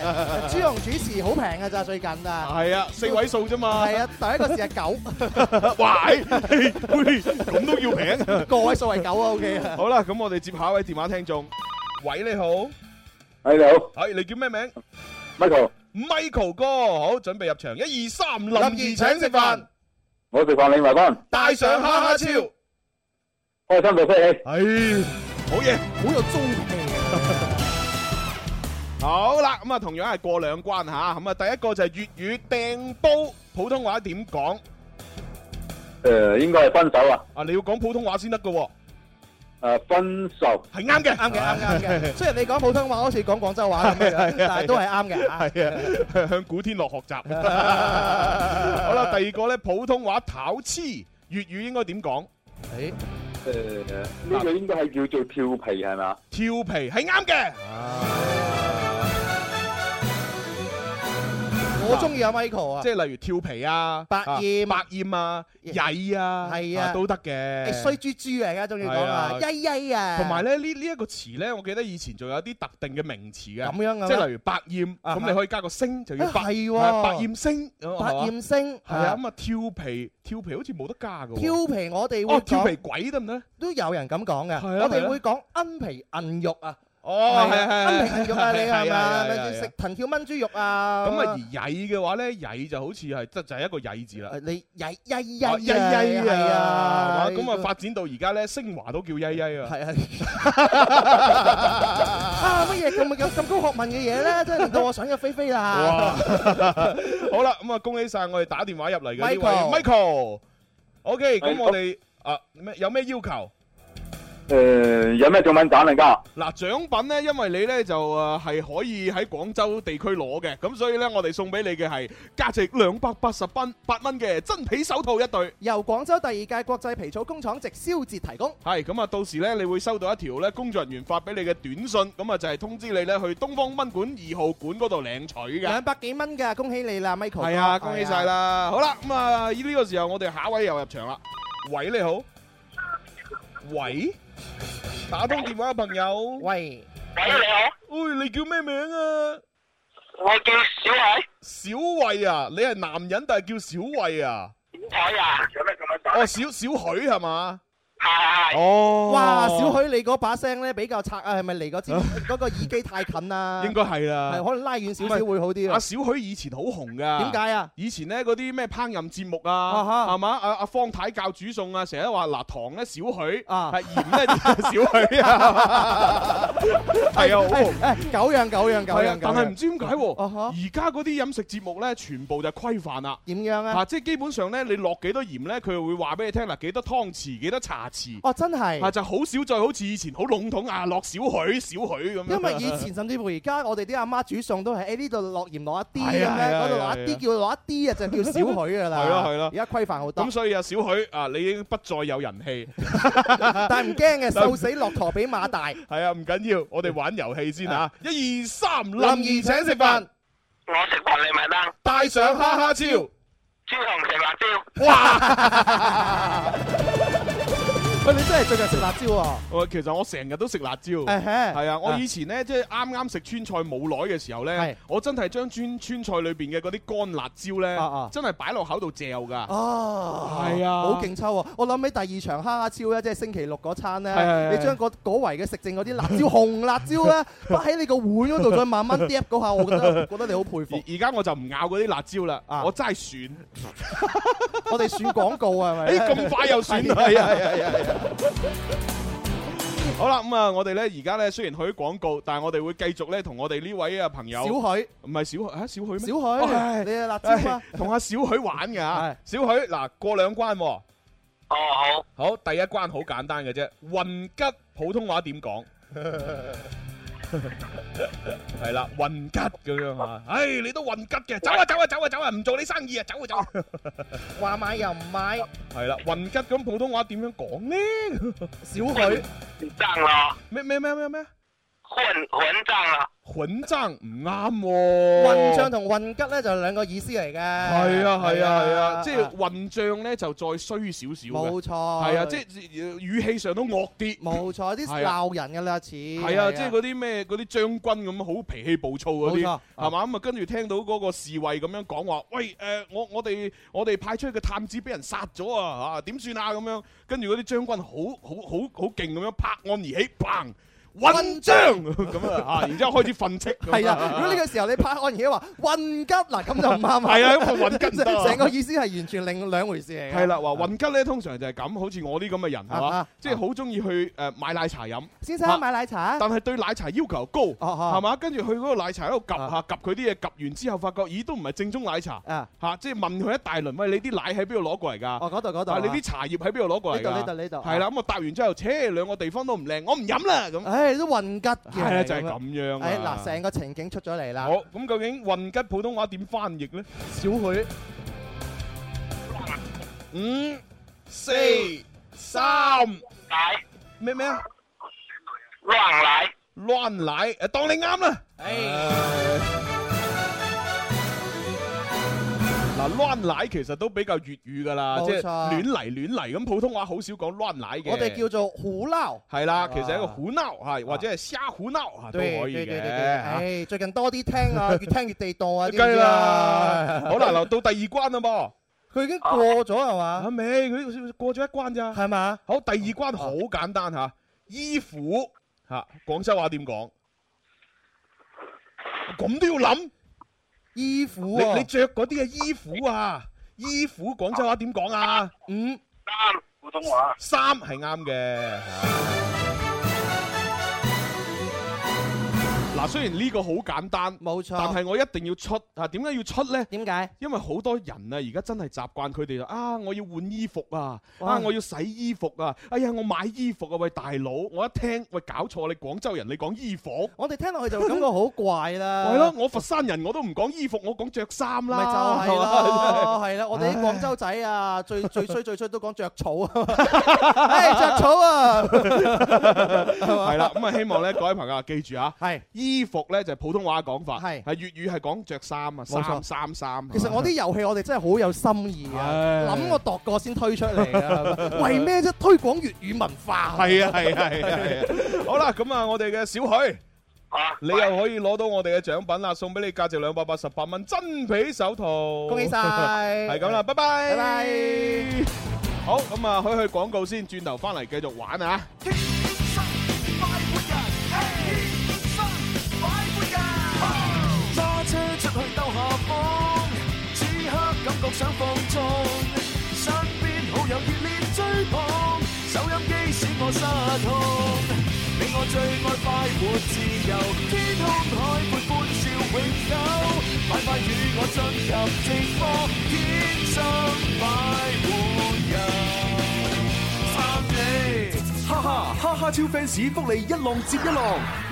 S6: 朱紅主持好平㗎咋，最近啊。
S5: 係啊，四位數啫嘛，
S6: 係啊，第一個字係
S5: 哇， 喂咁都要平，
S6: 九， 個位數係九啊，OK 啊。
S5: 好啦，咁我哋接下一位電話聽眾，喂你好，
S8: 系你好
S5: 係你叫咩名？
S8: ，Michael，
S5: Michael 哥，好，準備入場，一二三，林怡請食飯，
S8: 我食饭你埋单，
S5: 帶上哈哈超，
S8: 开心到飞起。
S5: 唉，好嘢，
S6: 好有中氣啊
S5: 好啦，咁啊，同樣係過兩關吓，咁啊，第一個就係粵語掟煲，普通話點講？
S8: 诶，呃應該係分手啊，
S5: 啊，你要講普通話先得噶，係
S8: 诶，分手，
S5: 啱嘅，
S6: 啱嘅，啱嘅，啱嘅。雖然你講普通話好似講廣州話咁樣，但係都係啱嘅。啊
S5: 係啊， 向古天樂學習。 好啦，第二個咧，普通話討黐，粵語應該點講？
S6: 誒
S8: 诶，呢個應該係叫做跳皮係咪啊？
S5: 調皮係啱嘅。
S6: 我中意阿 Michael à? 啊
S5: 即，係例如調皮啊、
S6: 百厭
S5: 啊百厭啊、曳啊，
S6: 係啊
S5: 都得
S6: 誒
S5: 嘅。
S6: 衰豬豬嚟噶，中意講啊，
S5: 係
S6: 曳曳啊，
S5: 同埋咧，呢呢一個詞咧，我記得以前仲有啲特定嘅名詞嘅，
S6: 咁樣嘅
S5: 即係
S6: 咩
S5: 例如百厭，
S6: 啊
S5: 咁你可以加個星就要
S6: 啊
S5: 百
S6: 係喎
S5: 係百厭星，咁
S6: 百
S5: 係嘛
S6: 厭星
S5: 係啊，，咁啊調皮調皮好似冇得加嘅喎。
S6: 調皮我哋會
S5: 哦，調皮
S6: 講，
S5: 鬼得唔得咧？
S6: 都有人咁講嘅，
S5: 係啊
S6: 我
S5: 係
S6: 哋
S5: 啊
S6: 會講恩皮韌肉啊，
S5: 哦， 係係
S6: 恩皮韌肉
S5: Dạ,
S6: 啊，你係嘛？
S5: 係係
S6: 咪
S5: 係
S6: 食藤條炆豬肉啊？
S5: 咁啊，而曳嘅話咧，曳就好似係即就係一個曳字啦。
S6: 誒你曳曳
S5: 哦
S6: 曳曳
S5: 曳
S6: 係
S5: 啊！
S6: 啊，
S5: 係嘛咁啊，發展到而家咧，升華都叫曳曳啊！
S6: 係啊。啊！乜嘢咁咁咁高學問嘅嘢咧，真係令到我想入非非啦！
S5: 哇！ 好啦，咁啊，恭喜晒我哋打電話入嚟嘅呢位
S6: Michael
S5: Michael。OK，咁
S8: 係
S5: 我哋啊咩有咩要求？
S8: 诶，呃有咩奖品等你噶？
S5: 嗱，獎品咧，因為你咧就誒係可以喺廣州地區攞嘅，咁所以咧我哋送俾你嘅係價值兩百八十蚊八蚊嘅真皮手套一對。
S6: 由廣州第二屆國際皮草工廠直銷節提供。
S5: 係咁啊，到時咧你會收到一條咧工作人員發俾你嘅短信，咁啊就係通知你咧去東方賓館二號館嗰度領取嘅
S6: 兩。百幾蚊㗎，恭喜你啦，Michael à. 哥。
S5: 係啊，恭喜晒
S6: 係啊！
S5: 啦！好啦，咁啊呢個時候我哋下一位又入場啦。喂，你好。喂，打通電話嘅朋友。
S6: 喂，
S8: 喂，你好，
S5: 喂，你叫咩名啊？
S8: 我叫小伟，
S5: 小慧啊，你系男人但系叫小慧啊？
S8: 海啊，有咩咁
S5: 哦，小小许系
S8: 啊
S5: 嘛？
S8: 系
S5: 哦
S6: 哇，小，許你嗰把聲咧比較拆啊，係咪離嗰支嗰個耳機太近啊？
S5: 应该系啦
S6: 係。可能拉遠少
S5: 唔
S6: 少
S5: 係
S6: 會好啲
S5: 阿
S6: 啊。
S5: 小许以前好红噶。
S6: 點？解啊？
S5: 以前咧嗰啲咩烹飪節目
S6: 啊
S5: 啊，
S6: 哈
S5: 係嘛？阿阿方太教煮餸啊，成日都話嗱糖咧少許，
S6: 啊
S5: 係鹽咧少 許啊，係啊，好
S6: 誒
S5: 紅。
S6: 誒九樣九樣九
S5: 係啊
S6: 樣，九
S5: 但係唔
S6: 樣。
S5: 知點解喎，
S6: 啊哈
S5: 而家嗰啲飲食節目咧，全部就規範啦。
S6: 點樣啊？
S5: 啊，即係基本上咧，你落幾多鹽咧，佢會話俾你聽嗱，幾多湯匙，幾多茶匙。
S6: 哦，真係
S5: 啊，。就好少再好似以前好籠統啊，落少許少許咁樣。
S6: 因為以 前甚至乎而家我哋啲阿媽煮餸都係哎誒呢度落鹽落一啲咁
S5: 係啊係
S6: 咧，
S5: 啊
S6: 嗰度落一
S5: 係啊
S6: 啲叫落一啲啊，就叫少許噶啦。
S5: 係咯係咯
S6: 而家規範好多
S5: 咁，所以啊，小許啊，你已經不再有人 氣。
S6: 但係唔驚嘅，瘦死駱駝比馬大。
S5: 係啊，唔緊要，我哋玩遊戲先嚇。一二三，啊林怡請食飯，
S8: 我食飯你埋單，
S5: 帶上哈哈超。
S8: 朱紅食辣椒。
S6: 喂，你真係最近食辣椒喎？
S5: 我其實我成日都食辣椒。
S6: 誒
S5: 係啊，我
S6: 啊
S5: 以前呢，即係啱啱食川菜冇耐嘅時候呢
S6: 係，
S5: 我真係將川川菜裏邊嘅嗰啲乾辣椒
S6: 啊
S5: 呢
S6: 啊，
S5: 真係擺落口度嚼㗎。
S6: 哦，
S5: 係啊
S6: 好勁抽喎！我諗起第二場蝦超咧，即係星期六嗰餐
S5: 係係
S6: 咧，
S5: 係
S6: 你將嗰嗰圍嘅食剩嗰啲辣椒 紅辣椒 咧，不喺你個碗嗰度再慢慢嗒嗰下，我覺得覺得你好佩
S5: 而
S6: 服。
S5: 而家我就唔咬嗰啲辣椒啦，
S6: 啊
S5: 我齋選。
S6: 我哋選廣告啊，
S5: 誒
S6: 係咪？
S5: 哎咁快又選係啊係啊係啊係啊！ 好啦，咁啊，我哋咧而家咧雖然去廣告，但係我哋會繼續咧同我哋呢位啊朋友，
S6: 小許，
S5: 唔係小許啊，小許咩？
S6: 小
S5: 哦係
S6: 許，你係辣椒啊
S5: 唉？同阿小許玩㗎
S6: 係，
S5: 小許嗱過兩關喎，
S8: 哦，好，
S5: 好第一關好簡單嘅啫，混吉普通話點 講？係啦，混吉咁樣啊！唉，你都混吉嘅，走啊走啊走啊走啊，唔做你生意啊，走啊走啊！
S6: 話買又唔買，
S5: 係啦，混吉咁普通話點樣講呢？
S6: 小許
S8: 爭咯，
S5: 咩咩咩咩咩？
S8: 混混爭啦，
S5: 混爭唔啱喎，
S6: 混帳同混吉咧就兩個意思嚟嘅。係
S5: 係啊係啊係啊，即係混帳咧就再衰少少嘅，
S6: 冇錯。
S5: 係
S6: 係
S5: 啊，即係語氣上都惡啲，
S6: 冇錯，啲
S5: 係啊
S6: 鬧人㗎啦，似係
S5: 係啊，即係嗰啲咩嗰啲將軍咁好脾氣暴躁嗰
S6: 冇
S5: 啲
S6: 錯，
S5: 係嘛咁啊？跟住聽到嗰個侍衛咁樣講話，喂誒，我我哋我哋派出去嘅探子俾人殺咗啊啊點算啊咁樣？跟住嗰啲將軍好好好好勁咁樣拍案而起，砰！混帳咁啊， 啊然之後開始訓斥咁，
S6: 係啊！如果呢個時候你拍案而家話混吉嗱，咁就唔啱啊！
S5: 係啊，咁啊混吉唔得啊
S6: 成成個意思係完全另兩回事嚟嘅。
S5: 係啦，話混吉咧，通常就係咁，好似我啲咁嘅人係
S6: 啊
S5: 嘛
S6: 啊，
S5: 即係好中意去誒買奶茶飲，
S6: 先生買奶茶，
S5: 但係對奶茶要求高，
S6: 哦
S5: 係嘛？跟住去嗰個奶茶喺度
S6: 啊
S5: 及下及佢啲嘢，及完之後發覺，咦都唔係正宗奶茶
S6: 啊，
S5: 嚇，即係問佢一大輪，喂你啲奶喺邊度攞過嚟㗎？
S6: 哦嗰度嗰度，
S5: 啊你啲茶葉喺邊度攞過嚟
S6: 呢度
S5: 㗎？
S6: 呢度呢度，哦
S5: 係啦，，咁我啊答完之後，切兩個地方都唔靚，我唔飲啦咁。
S6: 唉都混吉嘅，
S5: 係啊，就係咁。樣
S6: 唉
S5: 啊。
S6: 啊哎嗱，成個情景出咗嚟啦
S5: 好，，咁究竟混吉普通話點翻譯咧？
S6: 小許
S5: 五、嗯四、三，
S8: 奶
S5: 咩咩啊？
S8: 亂奶，
S5: 亂奶，誒當你啱啦。嗱，亂奶其實都比較粵語噶啦，
S6: 冇
S5: 即係
S6: 錯
S5: 亂嚟亂嚟咁，普通話好少講亂奶嘅。
S6: 我哋叫做胡鬧。
S5: 係啦，
S6: 哇
S5: 其實係一個胡鬧係或者係瞎胡鬧啊嚇都可以嘅。嚇
S6: 唉，最近多啲 聽啊，越聽越地道啊，知唔
S5: 梗係
S6: 知
S5: 啦，
S6: 啊？
S5: 好啦，留到第二關啦噃，
S6: 佢已經過咗係
S5: 啊
S6: 嘛？
S5: 未，佢過咗一關咋。啊
S6: 係嘛？
S5: 好，第二關好簡單嚇，衣服嚇廣州話點講？咁都要諗。
S6: 衣服
S5: 你你
S6: 喎，
S5: 着嗰啲嘅衣服啊，衣服廣州話點講啊？
S6: 嗯，
S8: 三普通話，
S5: 衫啊係啱嘅。嗱，雖然呢個好簡單，
S6: 冇
S5: 但
S6: 錯。
S5: 係我一定要出啊！點解要出呢？
S6: 點解？
S5: 因為好多人啊，而家真係習慣佢哋就啊，我要換衣服啊，
S6: 哇
S5: 啊，我要洗衣服啊，哎呀，我買衣服啊，喂，大佬，我一聽，喂，搞錯，你廣州人你講衣服，
S6: 我哋聽落去就感覺好怪啦。
S5: 係咯，我佛山人我都唔講衣服，我講着衫啦，
S6: 咪就係 咯，係啦，我哋啲廣州仔啊，最最衰最衰都講着草啊， 係着草啊，
S5: 係啦，咁啊，希望呢各位朋友啊記住啊，
S6: 係。
S5: 衣服呢就係普通話講法，
S6: 係
S5: 係粵語係講着衫啊，
S6: 冇錯
S5: 衫衫衫。
S6: 其實我啲遊戲我哋真係好有心意啊，
S5: 唉
S6: 諗我度過先推出嚟 啊，為咩啫？推廣粵語文化。
S5: 係啊係啊係啊係啊！好啦，咁啊，我哋嘅小許。你又可以攞到我哋嘅獎品啦，送俾你價值兩百八十八蚊真皮手套，
S6: 恭喜晒，
S5: 係
S6: 係
S5: 咁啦，，拜拜，
S6: 拜拜。
S5: 好，咁啊，去去廣告先，轉頭翻嚟繼續玩啊！
S4: 天生快活人，天生快活人。揸車出去兜下風，此刻感覺想放縱，身邊好友熱烈追捧，收音機使我失控。你我最愛快活自由，天空海闊歡笑永久，快快與我進入直播，天生快活人，生你。
S2: 哈哈哈哈超 fans 福利一浪接一浪，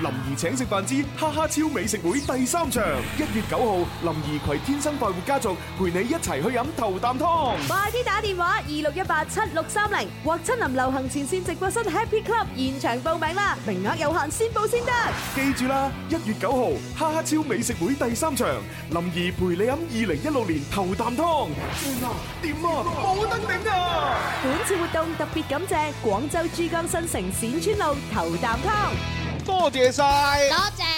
S2: 林兒請食飯之哈哈超美食會第三場，一月九號，林兒攜天生快活家族陪你一齊去飲頭啖湯。
S3: 快啲打電話二六一八七六三零或親臨流行前線直播室 Happy Club 現場報名啦，名額有限，先報先得。
S2: 記住啦，一月九號哈哈超美食會第三場，林兒陪你飲二零一六年頭啖湯。掂啊！掂啊！冇得頂啊！
S3: 本次活動特別感謝廣州珠江新城冼村路頭啖湯。
S5: 多謝晒。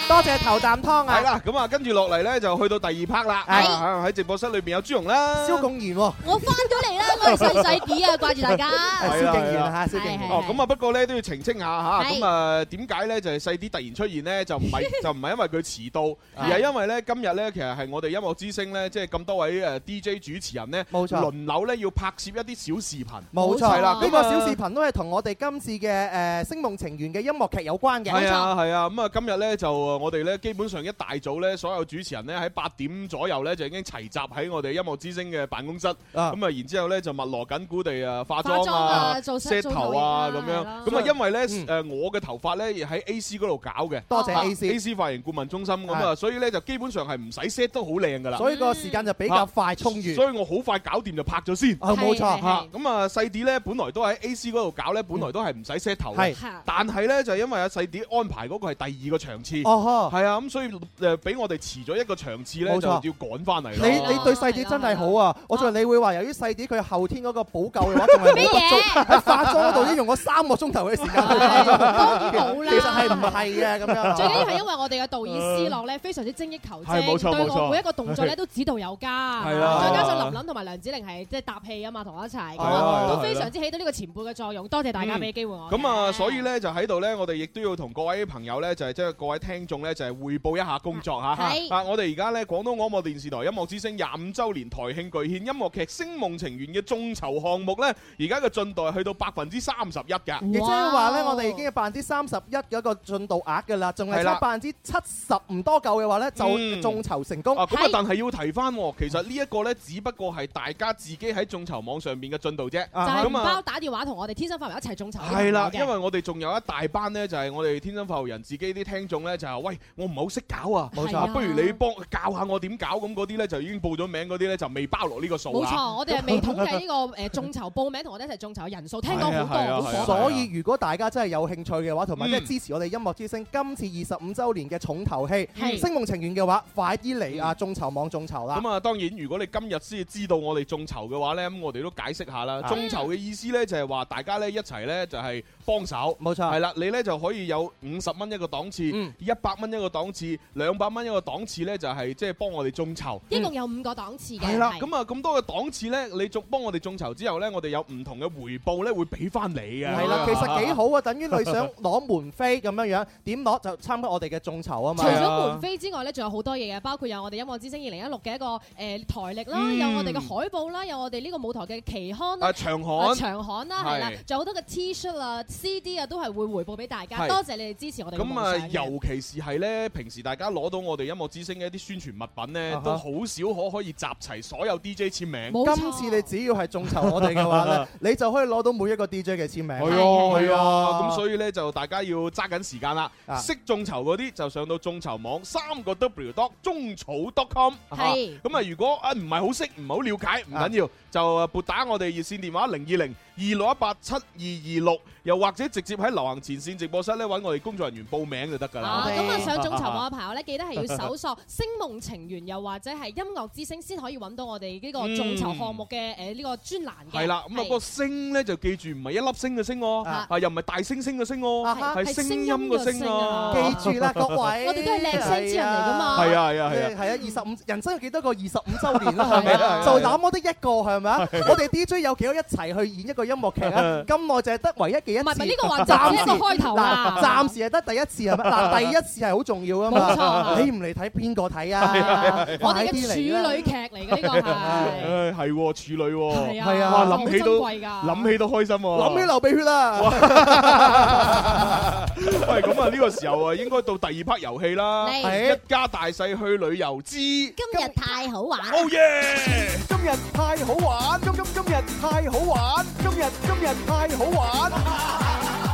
S6: 多謝頭啖湯
S5: 係
S6: 啊，
S5: 啦，咁啊，跟住落嚟咧就去到第二 part 啦。
S6: 係
S5: 啊喺直播室裏邊有朱容啦，
S6: 蕭共賢喎，
S9: 我翻咗嚟啦，我係細細啲 啊，掛住大
S6: 係
S9: 家。
S5: 係
S6: 蕭
S5: 啦
S6: 敬賢啊，嚇蕭敬
S9: 係
S6: 賢
S9: 係。
S5: 哦，咁啊，不過咧都要澄清下
S9: 係
S5: 嚇，咁啊點解咧就係細啲突然出現咧，就唔係 就唔係因為佢遲到，而係因為咧今日咧其實係我哋音樂之星咧，即係咁多位誒 DJ 主持人咧，
S6: 冇錯
S5: 輪流咧要拍攝一啲小視頻，
S6: 冇錯
S5: 係啦，啊
S6: 呢個小視頻都係同我哋今次嘅誒《星夢情緣》嘅音樂劇有關嘅。
S5: 係啊係啊，咁啊今日咧就呃我哋咧基本上一大早咧，所有主持人咧喺八點左右咧就已經齊集喺我哋音樂之星嘅辦公室，咁
S6: 啊，
S5: 啊然之後咧就密羅緊鼓地啊化
S9: 化
S5: 妝
S9: 妝
S5: 啊
S9: 啊，。做
S5: set 頭啊咁樣，咁
S9: 咁
S5: 啊
S9: 啊
S5: 因為咧
S6: 嗯
S5: 誒我嘅頭髮咧喺 A C 嗰度搞嘅。啊
S6: 多謝 A
S5: A
S6: C，
S5: C 髮型顧問中心咁啊，所以咧就基本上係唔使 set 都好靚噶啦，
S6: 所以個時間就比較快充裕。
S5: 啊所以我好快搞掂就拍咗先。
S6: 啊，冇錯
S9: 係
S5: 嚇咁啊細啲咧，本來都喺 A C 嗰度搞咧，本來都係唔使 set 頭嘅，
S6: 係
S9: 係
S5: 但係咧就因為阿細啲安排嗰個係第二個場次，
S6: 哦呵，
S5: 係啊，咁所以誒俾我哋遲咗一個場次咧，
S6: 冇錯
S5: 就要趕翻嚟
S6: 你
S5: 咯。
S6: 你對細啲真係好啊！我仲以為你會話由於細啲佢後天嗰個補救嘅話，仲 係好足。喺化妝嗰度已經用咗三個鐘頭嘅時間去化妝。
S9: 當然冇啦
S6: 其實係唔係嘅 咁 樣？
S9: 最緊要係因為我哋嘅導演思樂咧，非常之精益求精，
S5: 係冇錯
S9: 對
S5: 冇錯
S9: 我每一個動作咧都指導有加。
S5: 係啊
S9: 再加上林琳同埋梁子玲係即係搭戲啊嘛，同我一齊，咁
S5: 係啊係
S9: 啊
S5: 啊
S9: 都非常之起到呢個前輩嘅作用。多謝大家俾機會我。
S5: 咁啊，所以，咧就喺度咧，我哋亦都要同各位朋友咧，就係即係各位聽眾咧，就係匯報一下工作嚇。
S9: 係
S5: 啊，我哋而家咧廣東廣播電視台音樂之聲廿五週年台慶巨獻音樂劇《星夢情緣》嘅眾籌項目咧，而家嘅進度係去到百分之三十一㗎。
S6: 亦即係話咧，我哋已經有百分之三十一嘅一個進度額㗎啦，仲係
S5: 係啦
S6: 差百分之七十唔多夠嘅話咧，
S5: 嗯
S6: 就眾籌成功。
S5: 啊，咁啊
S9: 哦係，
S5: 但係要提翻喎，其實呢一個咧，只不過係大家自己喺眾籌網上邊嘅進度啫。
S9: 就係唔
S5: 咁啊
S9: 包打電話同我哋天生發明一齊眾籌。
S5: 係啦，因
S9: 為
S5: 為我哋仲有一大班呢，就係我哋天生發育人自己啲聽眾呢，就係喂，我唔係好識 搞啊，
S6: 冇錯
S5: 啊不如你幫教下我點搞咁嗰啲呢，就已經報咗名嗰啲呢，就未包落呢個數啊
S9: 冇
S5: 啦。
S9: 錯，我哋係未統計呢個誒眾籌報名同我哋一齊眾籌嘅人數，聽講好
S5: 係啊
S9: 多，好
S5: 係啊
S9: 火
S5: 係
S9: 爆。
S5: 啊
S6: 所以如果大家真係有興趣嘅話，同埋
S5: 嗯
S6: 即係支持我哋音樂之星今次二十五週年嘅重頭戲
S9: 係
S6: 《星夢情緣》嘅話，快啲嚟啊眾籌網眾籌啦！
S5: 咁啊，當然如果你今日先知道我哋眾籌嘅話呢，咁我哋都解釋下啦。
S6: 啊
S5: 眾籌嘅意思呢，就係話大家呢一齊呢，就係幫手。
S6: 冇
S5: 係
S6: 錯，
S5: 啦，你呢就可以有五十蚊一個檔次，
S6: 啊嗯
S5: 一百蚊一個檔次，兩百蚊一個檔次呢，就係即係幫我哋眾籌。嗯
S9: 一共有五個檔次嘅。
S5: 係啦，
S9: 係
S5: 咁啊咁多嘅檔次咧，你仲幫我哋眾籌之後咧，我哋有唔同嘅回報咧，會俾翻你嘅。
S6: 係啦，其實幾好啊，等於你想攞門飛咁樣樣，點攞就參加我哋嘅眾籌啊
S9: 除
S6: 嘛。
S5: 係啊
S9: 咗門飛之外咧，仲有好多嘢嘅，包括有我哋音樂之星二零一六嘅一個誒、呃台歷啦，
S5: 嗯
S9: 有我哋嘅海報啦，有我哋呢個舞台嘅期刊啦
S5: 啊，。長
S9: 啊
S5: 刊。
S9: 長刊啦，係啦
S5: 係，
S9: 仲有好多嘅 T 恤啊、CD 啊，都係會回報俾大家。
S5: 係
S9: 多謝你哋支持我哋嘅夢
S5: 咁
S9: 想
S5: 啊
S9: 嘅。，
S5: 尤其是係呢，平時大家攞到我哋音樂之星嘅一啲宣傳物品呢
S6: 啊哈，
S5: 都好少可可以集齊所有 DJ 簽名。
S6: 今次你只要係眾籌我哋嘅話咧，你就可以攞到每一個 DJ 嘅簽名。
S5: 係啊，係啊，咁
S6: 以
S5: 所以呢，就大家要揸緊時間啦
S6: 啊。
S5: 識眾籌嗰啲就上到眾籌網三個 W dot 中草 dot com。
S6: 係
S5: 咁啊，如果啊唔係好識、唔係好了解，唔緊要，就啊撥打我哋熱線電話零二零二六一八七二二六，又或者直接喺流行前線直播室呢，揾我哋工作人員報名就得㗎啦
S9: 啊，。咁啊上眾籌網嘅朋友咧，記得係要搜 索《星夢情緣》，又或者係《音樂之聲》，先可以揾到我哋呢個眾籌項目嘅誒呢個專欄嘅。
S5: 係啦，咁啊
S9: 係
S5: 個星咧就記住唔係一粒星嘅星喎，
S9: 啊
S5: 啊又唔係大星星嘅星喎，
S9: 哈
S5: 係
S9: 係
S5: 聲音
S9: 嘅
S5: 嘅星啊！
S6: 記住啦，各位，
S9: 我哋都係靚聲之人嚟㗎嘛
S5: 係啊係啊係啊
S6: 係啊，二十五人生有幾多個二十五周年啦，係
S5: 係啊係
S6: 咪
S5: 啊係
S6: 啊？
S5: 啊
S6: 就那麼的一個係咪啊
S5: 係？
S6: 我哋 DJ 有幾多一齊去演一個音樂劇啊？咁耐就係得唯一嘅一次。
S9: 唔係唔係呢個話就係一個開頭啊啦
S6: 嗱暫時係得第一次係咪？嗱，第一次係好重要㗎嘛。
S9: 冇錯
S6: 你唔嚟睇邊個睇
S5: 係啊係
S6: 啊
S5: 啊係啊？
S9: 我哋
S6: 快
S9: 嘅
S6: 啲
S9: 處
S6: 嚟啦
S9: 女劇嚟嘅呢個 係。
S5: 唉係喎處女喎，
S9: 係啊係啊
S5: 哇
S9: 好
S5: 諗起都
S9: 珍貴㗎
S5: 諗起都開心喎，
S6: 諗起流鼻血啦！
S5: 喂咁啊呢個時候啊應該到第二 part 遊戲啦，
S11: 嚟
S5: 係一家大細去旅遊之。
S11: 今日太好玩。
S5: Oh yeah！
S11: 今日太好玩，今今今日太好玩，今日今日太 好玩。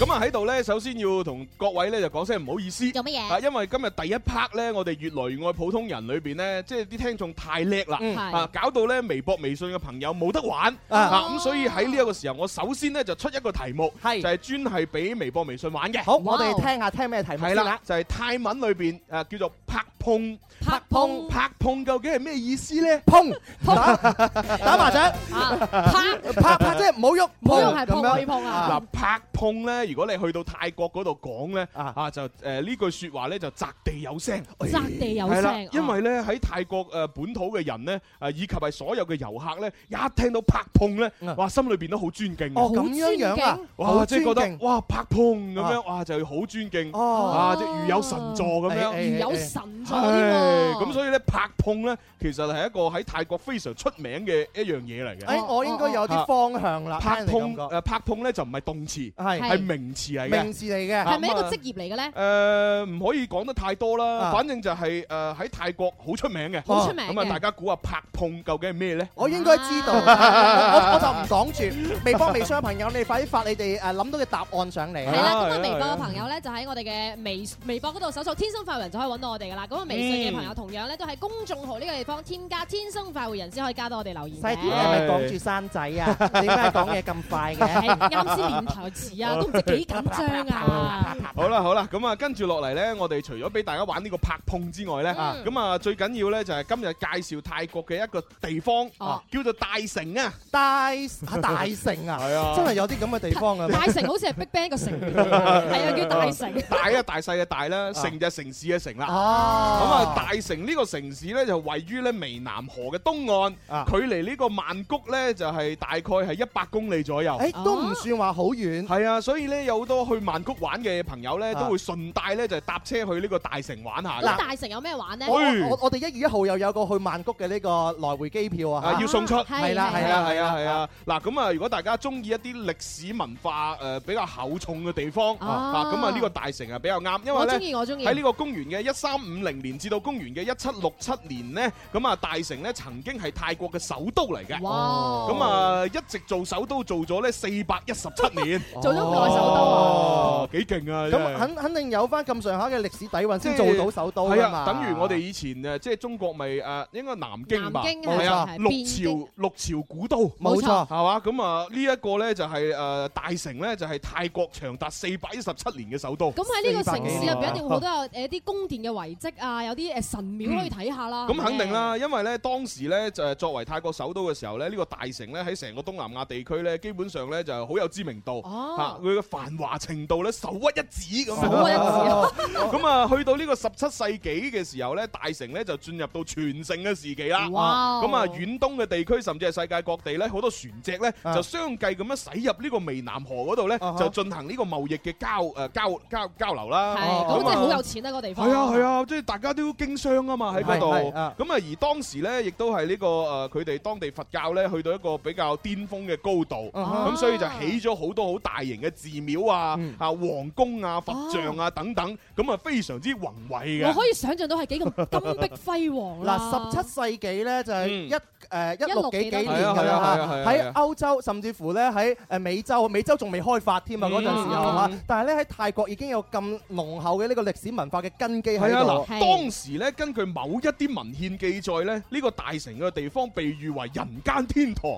S5: 咁啊喺度咧，首先要同各位咧就講聲唔好意思，做
S11: 乜嘢
S5: 啊，因為今日第一 part 咧，我哋越來越愛普通人裏邊咧，即係啲聽眾太叻啦
S11: 嗯，係
S5: 啊，搞到咧微博、微信嘅朋友冇得玩
S11: 啊
S5: 啊，咁所以喺呢一個時候，我首先咧就出一個題目，就係專係俾微博、微信玩嘅。
S6: 好，我哋聽下聽咩題目
S5: 係
S6: 先啊
S5: 啦
S6: 啦，。
S5: 就係泰文裏邊誒叫做拍碰，
S9: 拍
S5: 碰，拍碰究竟係咩意思咧？
S6: 碰打麻雀，
S5: 啊
S9: 拍
S6: 拍拍即係唔好喐，咁樣
S9: 啊
S5: 嗱，拍碰咧，如果你去到泰國嗰度講咧，啊就誒呢句説話咧就擲地有聲，
S9: 擲地有
S6: 啊
S5: 係啦
S9: 聲
S5: 因為咧喺泰國誒本土嘅人咧，誒以及係所有嘅遊客咧，一聽到拍碰咧，哇心裏邊都好尊敬嘅。
S6: 啊哦咁樣樣啊好
S5: 哇即係覺
S6: 尊
S5: 得
S6: 敬
S5: 哇拍碰咁
S6: 啊
S5: 樣，哇就好尊敬，
S6: 哦
S5: 啊即係如有神助咁
S6: 哎哎
S5: 樣，
S6: 哎如有
S9: 神
S6: 助添喎
S5: 咁所以咧拍碰咧，其實係一個喺泰國非常出名嘅一樣嘢嚟嘅。
S6: 誒，哎我應該有啲方向啦。
S5: 拍
S6: 聽你
S5: 碰
S6: 咁講
S5: 誒拍碰咧就唔係動詞，
S6: 係
S5: 係名詞嚟嘅。
S6: 名詞嚟嘅
S5: 啊
S9: 係咪一個
S5: 咁啊
S9: 職業嚟嘅咧？
S5: 誒唔可以講得太多啦，
S6: 啊
S5: 反正就係誒喺泰國好出名嘅，
S9: 好出名嘅
S5: 咁啊，大家估下拍碰究竟係咩咧？
S6: 我應該知道，我我我就唔講住。微博、微信嘅朋友，你快啲發你哋誒諗到嘅答案上嚟
S9: 係啦，咁啊微博嘅朋友咧就喺我哋嘅微微博嗰度搜索「天生快活人」就可以揾到我哋噶啦。
S5: 嗯
S9: 咁啊微信嘅朋友同樣咧都喺公眾號呢個地方添加「天生快活人」先可以加到我哋留言嘅。
S6: 細啲，你係咪講住生仔啊？你點解講嘢咁快嘅？
S9: 係啱先練台詞
S5: 哦
S9: 啊，都唔知幾緊張啊！
S5: 好啦好啦，咁啊跟住落嚟呢，我哋除咗俾大家玩呢個拍碰之外呢，
S9: 嗯
S5: 咁啊最緊要呢就係今日介紹泰國嘅一個地方
S9: 哦，
S5: 叫做大城啊。
S6: 大啊大城啊，
S5: 係啊
S6: 真係有啲咁嘅地方啊！
S5: 哦
S9: 大城好似係 BigBang 個城， 係啊叫大城。
S5: 大啊大細嘅大啦，城就係城市嘅城啦。
S6: 哦
S5: 咁啊大城呢個城市呢，就位於呢湄南河嘅東
S6: 啊
S5: 岸，距離呢個曼谷呢，就係大概係一百公里左右。
S6: 誒哎都唔算話好遠。
S5: 係啊，所以咧有好多去曼谷玩嘅朋友咧，
S6: 啊
S5: 都會順帶咧就係搭車去呢個大城玩下
S9: 咁
S5: 嘅。
S9: 大城有咩玩咧？
S6: 我我我哋一月一號又有個去曼谷嘅呢個來回機票啊，
S5: 啊！要送出，
S6: 係啦係啦
S5: 係啊，係啊！嗱，咁啊，如果大家中意一啲歷史文化誒比較厚重嘅地方
S9: 啊
S5: 啊，咁啊呢個大城啊比較啱，因
S9: 我中
S5: 為
S9: 意
S5: 咧
S9: 我中意
S5: 喺呢個公元嘅一三五零年至到公元嘅一七六七年呢，咁啊大城咧曾經係泰國嘅首都嚟嘅。
S9: 哇
S5: 咁啊一直做首都做咗咧四百一十七年，
S9: 做咗咁耐首都啊
S5: 哦，幾勁啊！真係
S6: 咁肯肯定有翻咁上下嘅歷史
S5: 即
S6: 底
S5: 係
S6: 韻先做到首都
S5: 係
S6: 㗎嘛。
S5: 啊，等於我哋以前誒，即係中國咪誒，應該南京吧，
S6: 南京係
S5: 係啊
S6: 係，
S5: 六
S6: 邊
S5: 朝
S6: 京
S5: 六朝古都，
S6: 冇錯
S5: 係嘛？咁啊，呢一個咧就係誒大城咧，就係泰國長達四百一十七年嘅首都。
S9: 咁喺呢個城市入邊，一
S5: 啊
S9: 定會好多有誒啲宮殿嘅遺跡啊，有啲誒神廟可以睇下啦。
S5: 嗯咁肯定啦，因為咧當時咧就係作為泰國首都嘅時候咧，呢個大城咧喺成個東南亞地區咧，基本上咧就係好有知名度，
S9: 哦
S5: 嚇佢嘅繁華程度咧首屈一指咁樣。
S9: 首屈一指啊
S5: 咁啊，去到呢個十七世紀嘅時候咧，大城咧就進入到全盛嘅時期啦。
S9: 哇
S5: 咁啊，遠東嘅地區甚至係世界各地咧，好多船隻咧
S6: 啊
S5: 就相繼咁樣駛入呢個湄南河嗰度咧
S6: 啊哈，
S5: 就進行呢個貿易嘅交誒交交交流啦。
S9: 係，咁真係
S5: 啊
S9: 好有錢啊！嗰個地方
S5: 係啊係啊，即係大家都經商啊嘛喺嗰度。
S6: 係係
S5: 咁
S6: 啊
S5: 啊，而當時咧，亦都係呢個誒佢哋當地佛教咧，去到一個比較巔峰嘅高度，
S6: 啊嗯
S5: 咁所以就起咗好多好大型嘅寺廟啊、啊皇宮啊、佛像啊等等，咁啊非常之宏偉
S9: 我
S6: 哦
S5: 嘅。
S9: 可以想象到係幾咁金碧輝煌啦。
S6: 嗱，十七世紀咧就係一誒一六
S9: 16
S6: 幾幾
S9: 幾
S6: 年
S9: 多
S6: 㗎
S5: 嗯係啊
S6: 啦
S5: 係啊係啊
S6: 嚇，
S5: 係
S6: 喺
S5: 啊
S6: 歐洲甚至乎咧喺誒美洲，美洲仲未開發添啊嗰陣時候嚇
S5: 嗯，
S6: 但係咧喺泰國已經有咁濃厚嘅呢個歷史文化嘅根基
S5: 係
S6: 喺
S5: 啊，
S6: 度。
S5: 嗱，當時咧根據某一啲文獻記載咧，呢個大成嘅地方被譽為人間天堂。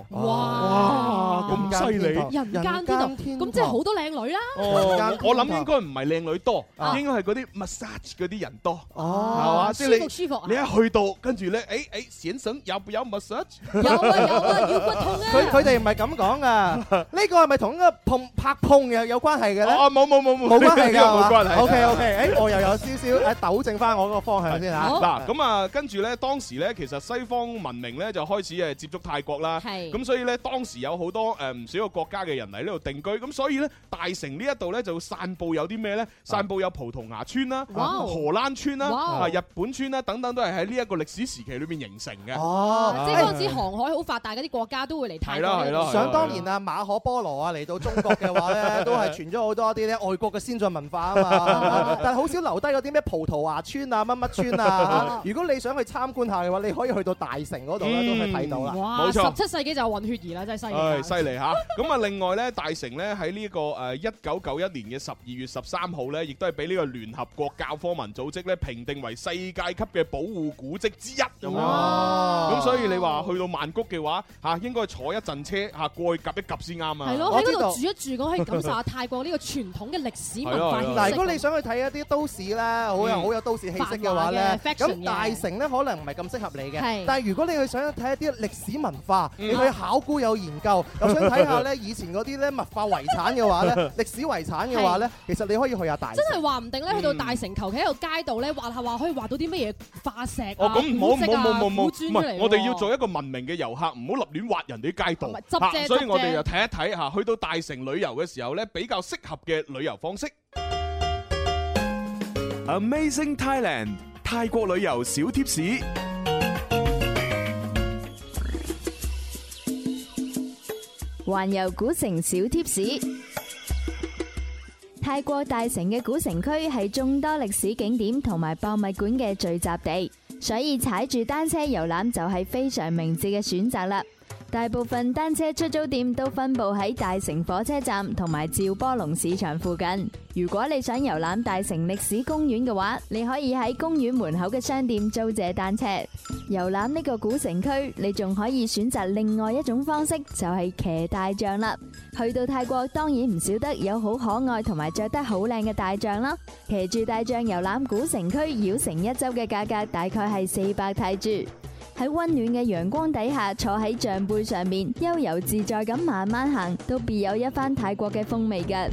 S9: 哇
S5: 哇咁犀利！
S9: 人間天堂，咁即係好多靚女啦。
S5: 哦，我我諗應該唔係靚女多，
S9: 啊
S5: 應該係嗰啲 massage 嗰啲人多，
S6: 哦
S5: 係嘛？即係你
S9: 舒服舒服啊
S5: 你一去到，跟住咧，誒誒，先生有冇有 massage？
S9: 有啊有 啊腰骨痛啊
S6: 佢佢哋唔係咁講噶，呢個係咪同嗰個碰拍碰有有關係嘅咧？
S5: 哦冇冇冇冇
S6: 冇關
S5: 呢
S6: 係
S5: 個
S6: 㗎，
S5: 冇關係
S6: O K O K，誒我又有少少誒糾正翻我嗰個方向先哦嚇。
S5: 嗱，咁啊，跟住咧，當時咧，其實西方文明咧就開始誒接觸泰國啦，
S9: 係
S5: 咁所以咧，當時有好多誒唔少個國家嘅人嚟呢度定居，咁所以咧，大城呢一度咧就散佈有啲咩
S6: 啊
S5: 咧？散佈有葡萄牙村啦、
S6: 哇
S5: 啊荷蘭村啦、
S9: 哦哇哦
S5: 啊日本村啦等等，都係喺呢一個歷史時期裏面形成嘅。
S6: 哦
S9: 啊即係嗰陣時航海好發達，嗰啲國家都會嚟泰國。
S5: 啊係啦係啦
S6: 想當年啊，馬可波羅啊嚟到中國嘅話咧，都係傳咗好多啲咧外國嘅先進文化啊嘛，但係好少留低嗰啲咩葡萄牙村啊、乜乜村啊。如果你想去參觀下嘅話，你可以去到大城嗰度咧，都可以睇到啦。
S9: 哇！
S5: 冇
S9: 十
S5: 錯
S9: 七世紀就混血兒啦，真係犀利
S5: 唉，
S9: 啊。
S5: 犀利嚇！咁啊，另外咧，大成咧喺呢個誒一九九一年嘅十二月十三號咧，亦都係俾呢個聯合國教科文組織咧評定為世界級嘅保護古蹟之一咁樣。啊
S9: 哦
S5: 咁所以你話去到曼谷嘅話，嚇應該坐一陣車嚇過去 𥄫 一 𥄫 先啱啊！
S9: 係咯，喺嗰度住一住，咁可以感受下泰國呢個傳統嘅歷史文化。啊
S6: 嗱，如果你想去睇一啲都市咧，好有好有都市氣息嘅話咧，
S9: 繁華嘅 fashion
S6: 咁大城咧可能唔係咁適合你嘅
S9: 係。
S6: 但係如果你去想睇一啲歷史文化，
S9: 嗯
S6: 你去考古有研究，又想睇下咧以前嗰啲咧文化遺產嘅話咧，歷史遺產嘅話咧，其實你可以去下大城
S9: 真。係話唔定咧，去
S5: 嗯
S9: 到大城，求其喺個街度咧，畫下畫可以畫到啲乜嘢化石啊、
S5: 哦，咁唔好
S9: 古
S5: 唔
S9: 蹟
S5: 好
S9: 啊
S5: 唔好唔好，
S9: 古
S5: 唔
S9: 磚出嚟
S5: 係
S9: 喎
S5: 我哋要做一個文明嘅遊客，唔好立亂挖人哋啲街道
S9: 唔係執
S5: 嚇
S9: 啫
S5: 所以
S9: 執
S5: 我哋
S9: 啫
S5: 就睇一睇嚇，去到大城旅遊嘅時候咧，比較適合嘅旅遊方式。
S2: Amazing Thailand，泰國旅遊小貼士。
S12: 環遊古城小貼士。泰國大城嘅古城區係眾多歷史景點同埋博物館嘅聚集地，所以踩住單車遊覽就係非常明智嘅選擇啦。大部分單車出租店都分布喺大城火車站同埋兆波龍市場附近。如果你想遊覽大城歷史公園嘅話，你可以喺公園門口嘅商店租借單車。遊覽呢個古城區，你仲可以選擇另外一種方式，就係騎大象啦。去到泰國，當然唔少得有好可愛同埋着得好靚嘅大象啦。騎住大象遊覽古城區繞城一周嘅價格大概係四百泰銖。喺溫暖嘅陽光底下，坐喺象背上面悠游自在咁慢慢行，都別有一番泰國嘅風味㗎。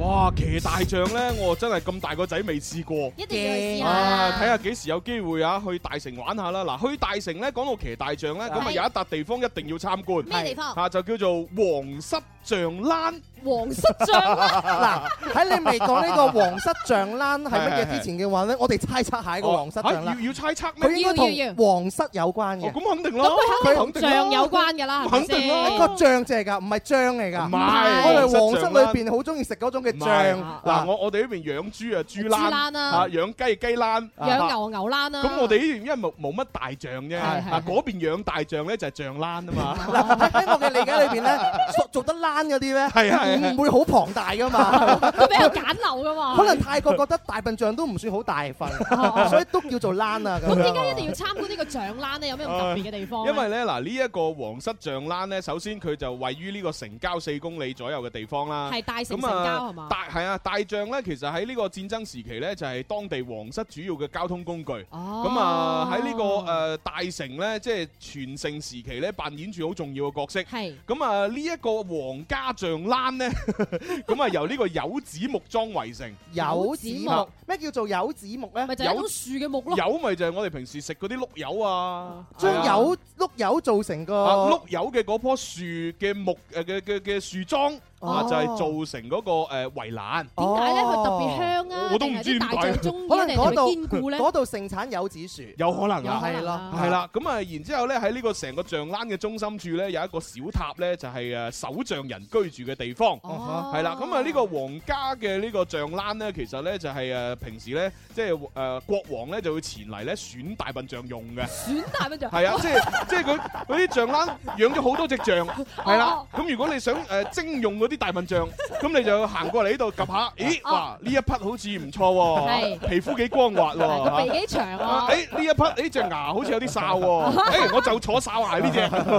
S5: 哇！騎大象咧，我真係咁大個仔未試過，
S9: 一定要去試下
S5: 啊！睇下幾時有機會啊，去大城玩下啦。嗱，去大城咧，講到騎大象咧，咁啊
S9: 係
S5: 有一笪地方一定要參觀，
S9: 咩地方
S5: 啊，就叫做皇室象欄。
S9: 皇室象
S5: 啊
S6: 嗱，喺你未講呢個皇室象欄係乜嘢之前嘅話咧，我哋猜測下一個皇室象
S5: 啊
S6: 欄
S5: 要。要猜測
S6: 佢
S5: 咩？
S6: 應該同皇室有關嘅。
S5: 哦咁肯定
S9: 咁
S5: 啦，
S9: 佢肯定同
S5: 啦
S9: 象有關㗎啦，係咪
S5: 肯定啦
S9: 先？哎
S6: 個象字嚟㗎，唔係章嚟㗎。
S5: 唔係
S6: 我哋皇室
S5: 皇室象
S6: 裏邊好中意食嗰種嘅
S5: 唔係
S6: 醬。
S5: 嗱，我我哋呢邊養豬啊，豬欄
S9: 豬欄啊
S5: 啊養雞雞欄，
S9: 養
S5: 啊
S9: 牛牛欄啦。
S5: 咁我哋呢邊因為冇冇乜大象啫，
S9: 係係
S5: 啊嗰邊養大象咧就係象欄啊嘛。
S6: 嗱喺我嘅理解裏 邊咧，做做得攣嗰啲咧，
S5: 係啊係啊
S6: 唔唔會好龐大 㗎嘛。
S9: 都比較簡陋噶嘛。
S6: 可能泰國覺得大笨象都唔算好大 份，所以都叫做攣啊咁樣。
S9: 咁點解一定要參觀呢個象欄咧？有咩咁特別嘅地方呢？
S5: 因為咧嗱，呢一個皇室象欄咧，首先佢就位於呢個城郊四公里左右嘅地方啦。
S9: 係大城
S5: 咁啊
S9: 城郊係嘛
S5: 大係啊，大象咧其實喺呢個戰爭時期咧，就係當地皇室主要嘅交通工具。
S9: 哦
S5: 咁啊喺呢個誒大城咧，即係全盛時期咧，扮演住好重要嘅角色。
S9: 係。
S5: 咁啊呢一個皇家象欄咧， 咁啊由呢個柚子木樁圍成。
S6: 柚子木咩叫做柚子木咧？咪
S5: 就係一種
S9: 樹嘅木
S5: 柚咪就係我哋平時食嗰啲碌柚啊，
S6: 將
S5: 係啊
S6: 柚碌柚做成個
S5: 啊啊碌柚嘅嗰棵樹嘅木誒嘅嘅嘅樹樁，啊
S9: 哦
S5: 就係造成嗰個誒圍欄。
S9: 點解咧？佢特別香啊，
S5: 我都
S9: 定係
S5: 唔知
S9: 啲
S5: 點解
S9: 大象中意啊
S6: 可能
S9: 定
S6: 嗰
S9: 係
S6: 度
S9: 堅固咧？
S6: 嗰度盛產柚子樹，
S5: 有可能啊，
S6: 係咯，
S5: 係啦，咁啊，然之後咧喺呢個成個象欄嘅中心處咧，有一個小塔咧，就係誒首象人居住嘅地方，
S9: 哦
S5: 係啦，咁啊呢個皇家嘅呢個象欄咧，其實咧就係誒平時咧，即係誒國王咧就會前嚟咧選大笨象用嘅。
S9: 選大笨象
S5: 係啊，即係即係佢嗰啲象欄養咗好多隻象，係啦
S9: 哦哦。
S5: 咁如果你想誒徵用嗰啲大笨象，咁你就要行過嚟呢度 𥄫 下，咦，
S9: 哦
S5: 哇，呢一匹好似唔錯喎，
S9: 係
S5: 皮膚幾光滑喎，
S9: 個鼻幾長喎
S5: 啊誒呢一匹，誒隻牙好似有啲哨 喎，誒我就坐哨牙呢
S9: 好似
S5: 隻。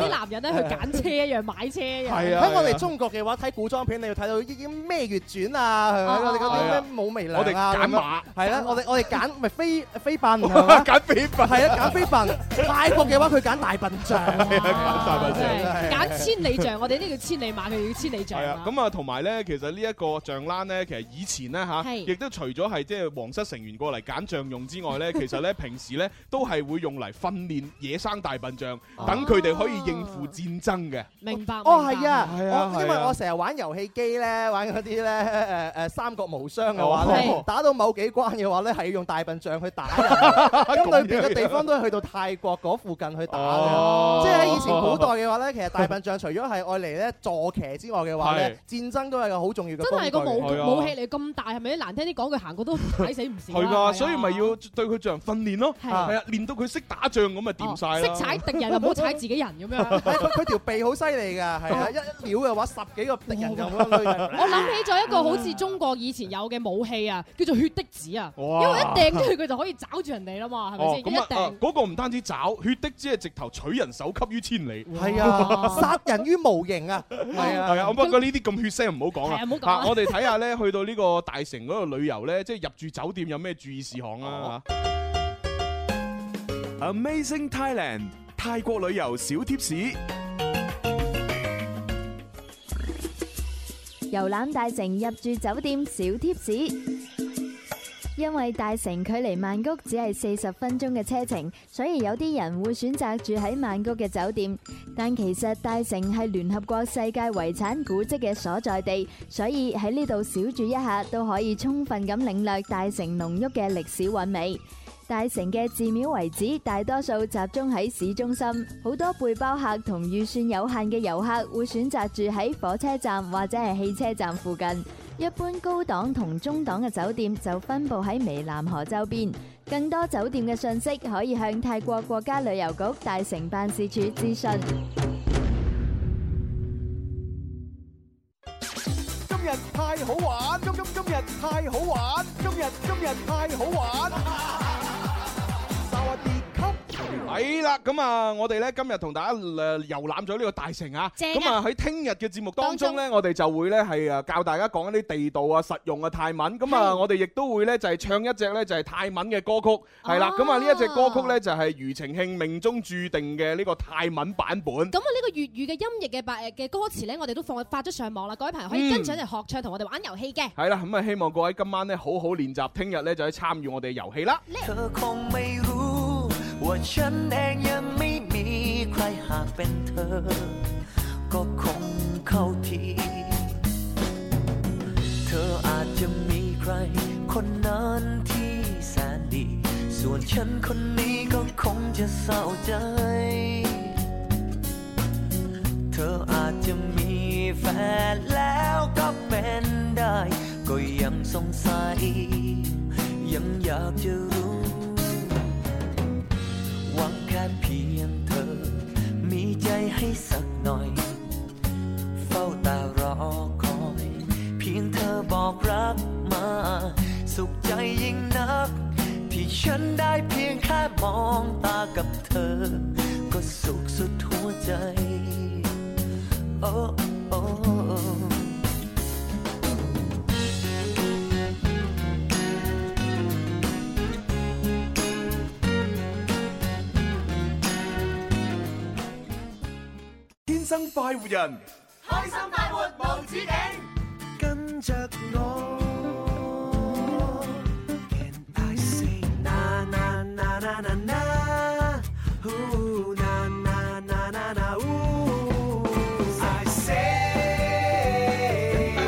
S9: 啲男人咧去揀車一樣，買車一樣。
S5: 係啊
S6: 喺我哋中國嘅話，睇古裝片你要睇到啲咩月轉啊，係咪
S9: 哦
S6: 我哋嗰
S5: 係
S6: 啲
S5: 啊
S6: 咩武媚
S5: 我哋
S6: 娘啊，
S5: 揀
S6: 咁樣
S5: 馬
S6: 係啦，我哋我哋揀咪飛飛笨係嘛
S5: 揀飛笨
S6: 係啊，揀飛笨。泰國嘅話佢揀大笨象，
S5: 啊 大笨象
S9: 哦係揀千里象，我哋呢叫千里馬，佢叫千里象
S5: 係啊，
S9: 啊。
S5: 咁啊，同埋咧，其實呢一個象欄咧，其實以前咧吓，
S9: 係
S5: 亦都除咗係即係皇室成員過嚟揀象用之外咧，其實咧平時咧都係會用嚟訓練野生大笨象，等佢哋可以應付戰爭嘅。
S9: 明白。
S6: 哦，係啊，
S5: 係啊
S6: 我因
S5: 係
S6: 為
S5: 啊
S6: 我成日玩遊戲機咧，玩嗰啲呃咧誒誒三國無雙嘅話
S5: 哦
S6: 咧， 打到某幾關嘅話咧，係要用大笨象去打人， 咁裏邊嘅地方都係去到泰國嗰附近去打
S5: 啊 哦
S6: 嘅，即係喺以前古代嘅話咧，其實大笨象除咗係愛嚟咧坐騎之外嘅話咧，戰爭都係個好重要嘅
S9: 真係個
S6: 工具
S9: 武
S5: 係啊
S9: 武器嚟咁大，係咪？難聽啲講，佢行過都踩死唔少啦。
S5: 係
S9: 係
S5: 噶，
S9: 啊
S5: 所以咪要對佢進行訓練咯。
S9: 係哦
S5: 係啊，練到佢識打仗咁啊，掂晒啦。
S9: 識踩敵人，就唔好踩自己人咁 樣。
S6: 佢佢條鼻好犀利㗎，係啊！一秒嘅話十幾個敵人就咁樣
S9: 我諗起咗一個好似中國以前有嘅武器啊，叫做血滴子啊，因
S5: 哇
S9: 為一掟出去佢就可以找住人哋啦嘛，係咪
S5: 哦，
S9: 先？一
S5: 咁啊，啊
S9: 掟。
S5: 嗰個唔單止找血的，只係直頭取人首級於千里。
S6: 係啊，殺人於無形啊，係啊，
S5: 係啊，不過呢啲咁血腥唔好講
S9: 係
S5: 啦。
S9: 啊唔好講
S5: 啊我哋睇下咧，去到呢個大城嗰度旅遊咧，即係入住酒店有咩注意事項啦嚇
S2: Amazing Thailand 泰國旅遊小貼士。
S12: 遊覽大城入住酒店小貼士。因為大城距離曼谷只係四十分鐘嘅車程，所以有啲人會選擇住喺曼谷嘅酒店。但其實大城係聯合國世界遺產古蹟嘅所在地，所以喺呢度小住一下都可以充分咁領略大城濃郁嘅歷史韻味。大城嘅寺廟遺址大多數集中喺市中心，好多背包客同預算有限嘅遊客會選擇住喺火車站或者係汽車站附近。一般高檔同中檔嘅酒店就分布喺湄南河周邊。更多酒店嘅信息可以向泰國國家旅遊局大城辦事處諮詢。
S11: 今日太好玩，今今今日太好玩，今日今日太好玩。
S5: 係啦，咁啊，我哋咧今日同大家誒遊覽咗呢個大城啊。
S9: 正啊
S5: 咁啊喺聽日嘅節目當中咧，我哋就會咧係誒教大家講一啲地道啊、實用嘅泰文。咁啊，
S9: 係
S5: 我哋亦都會咧就係唱一隻咧就係泰文嘅歌曲。係啦，咁啊呢一隻歌曲咧就係庾澄慶命中注定嘅呢個泰文版本。
S9: 咁啊，呢個粵語嘅音譯嘅白嘅歌詞咧，我哋都放發咗上網啦，各位朋友可以跟住一齊學唱，同我哋玩遊戲嘅。
S5: 係啦，咁啊希望各位今晚咧好好練習，聽日咧就去參與我哋嘅遊戲啦。
S13: เธอคงไม่รู้ ว่าฉันเองยังไม่มีใครหากเป็นเธอ ก็คงเข้าที เธออาจจะมีใคร คนนั้นที่แสนดี ส่วนฉันคนนี้ก็คงจะเศร้าใจ เธออาจจะมีแฟนแล้วก็เป็นได้ ก็ยังสงสัย ยังอยากจะรู้หวังแค่เพียงเธอ มีใจให้สักหน่อย เฝ้าแต่รอคอย เพียงเธอบอกรักมา สุขใจยิ่งนัก ที่ฉันได้เพียงแค่มองตากับเธอ ก็สุขสุดหัวใจ โอ้โอ้
S2: 天生快活人，
S11: 开心快活无止境，
S13: 跟着我。I say na na na na na na, ooh na na na na na ooh. I say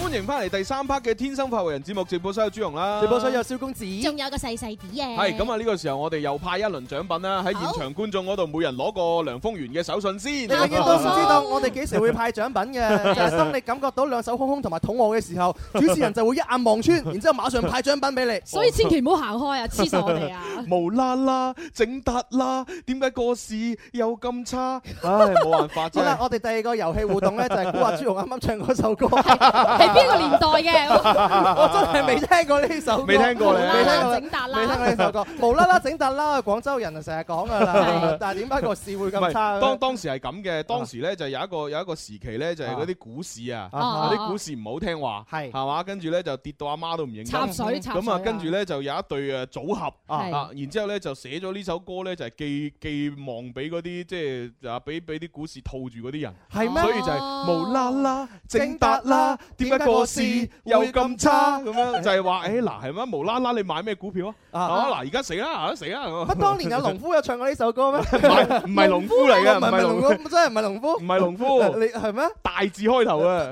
S5: 歡迎翻嚟第三 part 嘅《天生發育人》節目直播室有朱容啦，
S6: 直播室有蕭公子，
S9: 仲有個細細啲嘅。
S5: 係咁啊！呢個時候我哋又派一輪獎品啊啦，喺現場觀眾嗰度每人攞個梁風源嘅手信先。啊
S6: 你永遠都唔知道我哋幾時會派獎品 嘅，就係當你感覺到兩手空空同埋肚餓嘅時候，主持人就會一眼望 穿，然之後馬上派獎品俾你。
S9: 所以千祈唔好行開啊，黐實我哋啊！
S5: 無啦啦整突啦，點解個市又咁差？唉，冇辦法
S6: 好
S5: 啫
S6: 啦，。我哋第二個遊戲互動咧就係估下朱紅啱啱唱嗰首歌，
S5: 哦
S9: 係邊個年代嘅
S6: 我真係未聽過呢首歌，
S5: 未聽過咧
S6: 未聽過
S9: 整達啦
S6: 未聽過呢首歌，無啦啦整達啦，廣州人啊成日講噶啦，但係點解個市會
S5: 唔
S6: 咁
S5: 係
S6: 差咧？
S5: 當當時係咁嘅，當時咧就有一個有一個時期咧，就係嗰啲股市啊，
S6: 啊
S5: 嗰啲股市唔好聽話，係嘛，跟住咧就跌到阿媽都唔認得。
S9: 插水插水啊
S5: 咁啊，跟住咧就有一對誒組合
S9: 係
S5: 啊，然之後咧就寫咗呢首歌咧，就係寄寄望俾嗰啲即係啊，俾俾啲股市套住嗰啲人。
S6: 係咩
S5: 所以就係無啦啦整達啦，點解個市又咁差咁樣？就係話誒嗱係乜無啦啦你買咩股票啊？啊嗱而家死啦死 啦！
S6: 乜當年有農夫有唱過呢首歌咩？
S5: 唔係農夫嚟嘅，
S6: 唔係農夫，真係唔係農夫，
S5: 唔係農夫，
S6: 你係咩？
S5: 大字開頭 啊，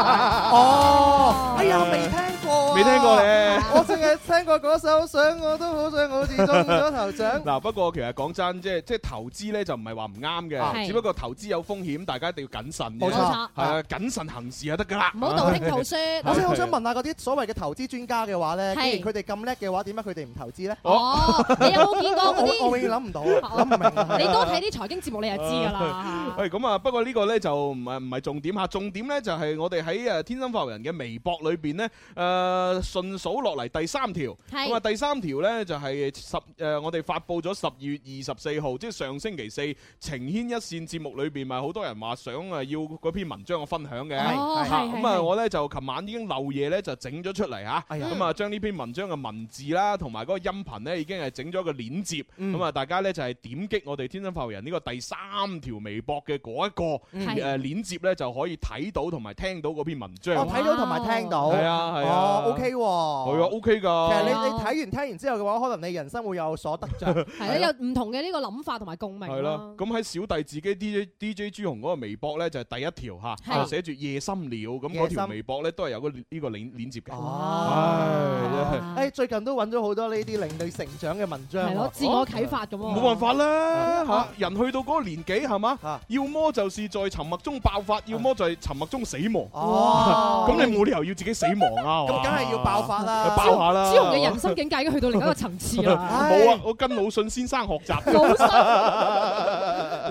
S6: 哦，哎呀，未聽過啊，
S5: 未聽過咧。
S6: 我淨係聽過嗰首，想我都好想好似中咗頭獎。
S5: 嗱，不過其實講真，即係即係投資咧就唔係話唔啱嘅，
S6: 係
S5: 只不過投資有風險，大家一定要謹慎嘅。
S6: 啊冇錯冇錯
S5: 係啊，謹慎行事就得㗎啦。啊
S6: 唔好道聽 途
S9: 說
S6: 我真係好想問下嗰啲所謂嘅投資專家嘅話咧，既
S9: 係
S6: 然佢哋咁叻嘅話，點解佢哋唔投資咧？
S9: 哦，你有冇見過嗰 啲哦
S6: 我我永遠諗唔到 啊，諗唔明啊。
S9: 你多睇啲財經節目你就知㗎啦。
S5: 喂，咁啊，不過呢個咧就唔係唔係重點嚇，重點咧就係我哋喺誒天生發育人嘅微博裏邊咧，誒順數落嚟第三條，
S2: 係
S5: 咁啊第三條咧就係十誒我哋發布咗十二月二十四號，即係上星期四情牽一線節目裏邊，咪好多人話想誒要嗰篇文章我分享嘅，
S2: 哦
S5: 嚇
S2: 係係
S5: 咁啊
S2: 係
S5: 我咧就琴晚已經漏夜咧就整咗出嚟嚇，
S6: 哎
S2: 呀
S5: 咁啊將呢篇文章嘅文字啦同埋嗰個音頻咧已經係整咗個鏈接，
S2: 嗯
S5: 咁啊大家咧就係點擊我哋天生發育人呢個第三條微博嘅嗰一個
S6: 嗯
S5: 誒
S6: 係
S5: 鏈接咧就可以睇到同埋聽到嗰篇文章。
S6: 我睇到同埋聽到，
S5: 係啊係啊
S6: 哦，OK 喎，
S5: 係啊，OK
S6: 其實你
S5: 㗎。
S6: 你睇完聽完之後嘅話，可能你人生會有所得着。
S9: 係啦，有唔同嘅呢個諗法同埋共鳴
S5: 係
S9: 啦。
S5: 啦，咁喺小弟自己 DJ DJ 朱紅嗰個微博咧，就係第一條嚇，
S9: 係
S5: 就寫住夜深了，咁
S6: 夜
S5: 嗰
S6: 深
S5: 條微博咧都係有個呢個鏈鏈接嘅。唉
S6: 誒，最近都揾咗好多呢啲令你成長嘅文章喎，
S9: 係咯自我啟發咁喎
S5: 啊冇辦法啦
S6: 啊
S5: 嚇，人去到嗰個年紀係嘛，要麼就是在沉默中爆發，要麼就係沉默中死
S6: 啊哦
S5: 亡。咁你冇理由要自己死亡啊！係嘛
S6: 咁梗係要爆發啦
S5: 爆下啦！
S9: 朱紅嘅人生境界已經去到另一個層次 啦。
S5: 冇啊！我跟魯迅先生學習。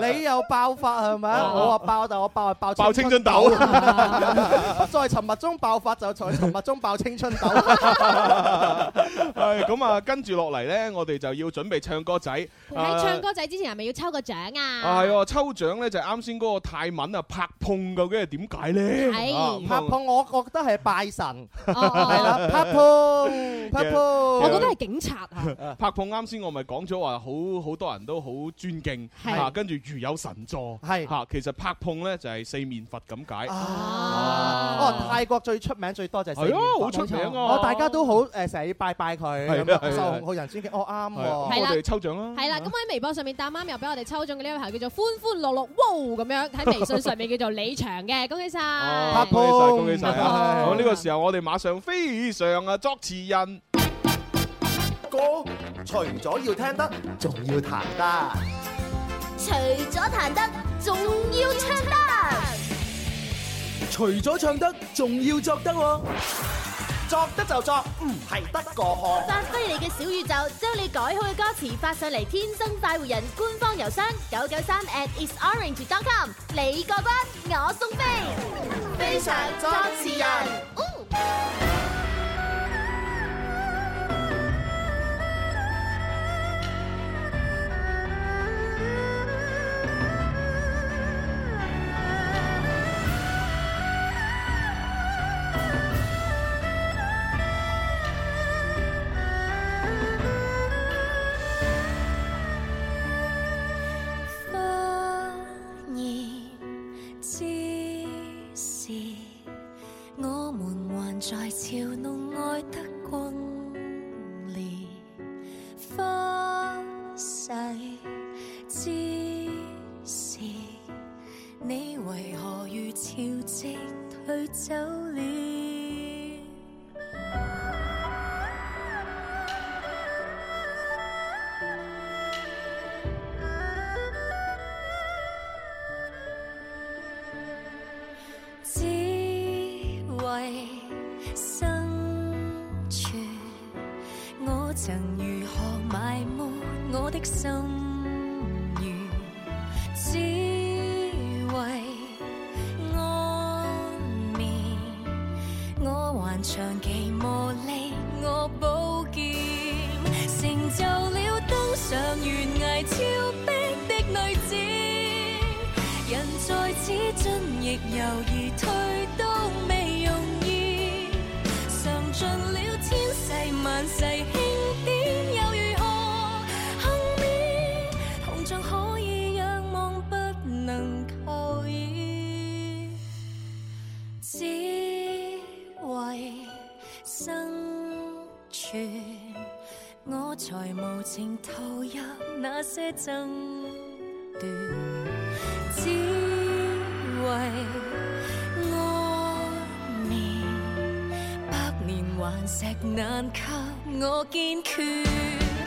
S6: 你又爆發係咪？
S5: 啊
S6: 我話爆就我爆係爆
S5: 爆青春痘
S9: 啊
S6: 不在啊沉默中爆發，就在沉默中爆青春痘。
S5: 係咁啊，跟住落嚟咧，我哋就要準備唱歌仔。
S9: 喺
S5: 啊
S9: 唱歌仔之前係咪要抽個獎
S5: 啊，
S9: 啊？
S5: 係喎，抽獎咧就係啱先嗰個泰文啊，拍碰究竟係點解咧？啊咁啊
S6: 拍碰，我覺得係拜神，係啦，
S5: 哦
S6: 拍碰，拍碰。
S9: 我覺得係警察啊。
S5: 拍碰啱先，我咪講咗話，好好多人都好尊敬，
S9: 係
S5: 嚇跟住如有神助，
S6: 係啊
S5: 嚇其實拍碰咧就係四面佛咁解。
S6: 哦，泰國最出名最多就係四面
S5: 係啊
S6: 佛
S5: 好出名啊
S6: 哦，大家都好誒，成日要拜拜佢，
S5: 係啊
S6: 咁樣
S5: 係啊
S6: 受紅好人尊敬。哦，
S5: 係
S6: 啱
S5: 啊
S6: 喎。
S5: 我哋抽獎啦。
S9: 係啦，咁喺微博上面答啱又俾我哋抽中嘅呢位朋友叫做歡歡樂樂，哇咁樣喺微信上面叫做李翔嘅，恭喜晒！
S5: 哦
S6: 啊
S5: 恭喜晒，恭喜晒！
S2: 拍
S5: 好
S2: 碰
S5: 呢個時候，我哋馬上非常啊作詞人。
S14: 歌除咗要聽得，仲要彈得。
S15: 除咗彈得，仲要唱得。
S14: 除咗唱得，仲要作得喎。作得就作，唔係得個可。
S15: 發揮你嘅小宇宙，將你改好嘅歌詞發上嚟，天生快活人官方郵箱九九三 at isorange.com，你過關，我送飛，非常作詞人。
S7: 忽然之時，我們還在嘲弄愛得轟烈，忽逝之時，你為何如潮汐退走了？
S16: 曾如何埋沒我的心願，只為安眠。我還長期無力，我寶劍成就了登上懸崖峭壁的女子。人在此進亦猶豫，退都未容易。嘗盡了千世萬世輕典又如何幸免？銅像可以仰望，不能求倚，只為生存，我才無情投入那些爭奪，只為安眠。百年頑石難及我 堅決。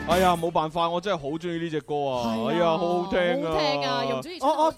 S5: 哎呀，冇辦法，我真係好中意呢只歌啊！哎呀，好好聽啊！哦
S6: 我我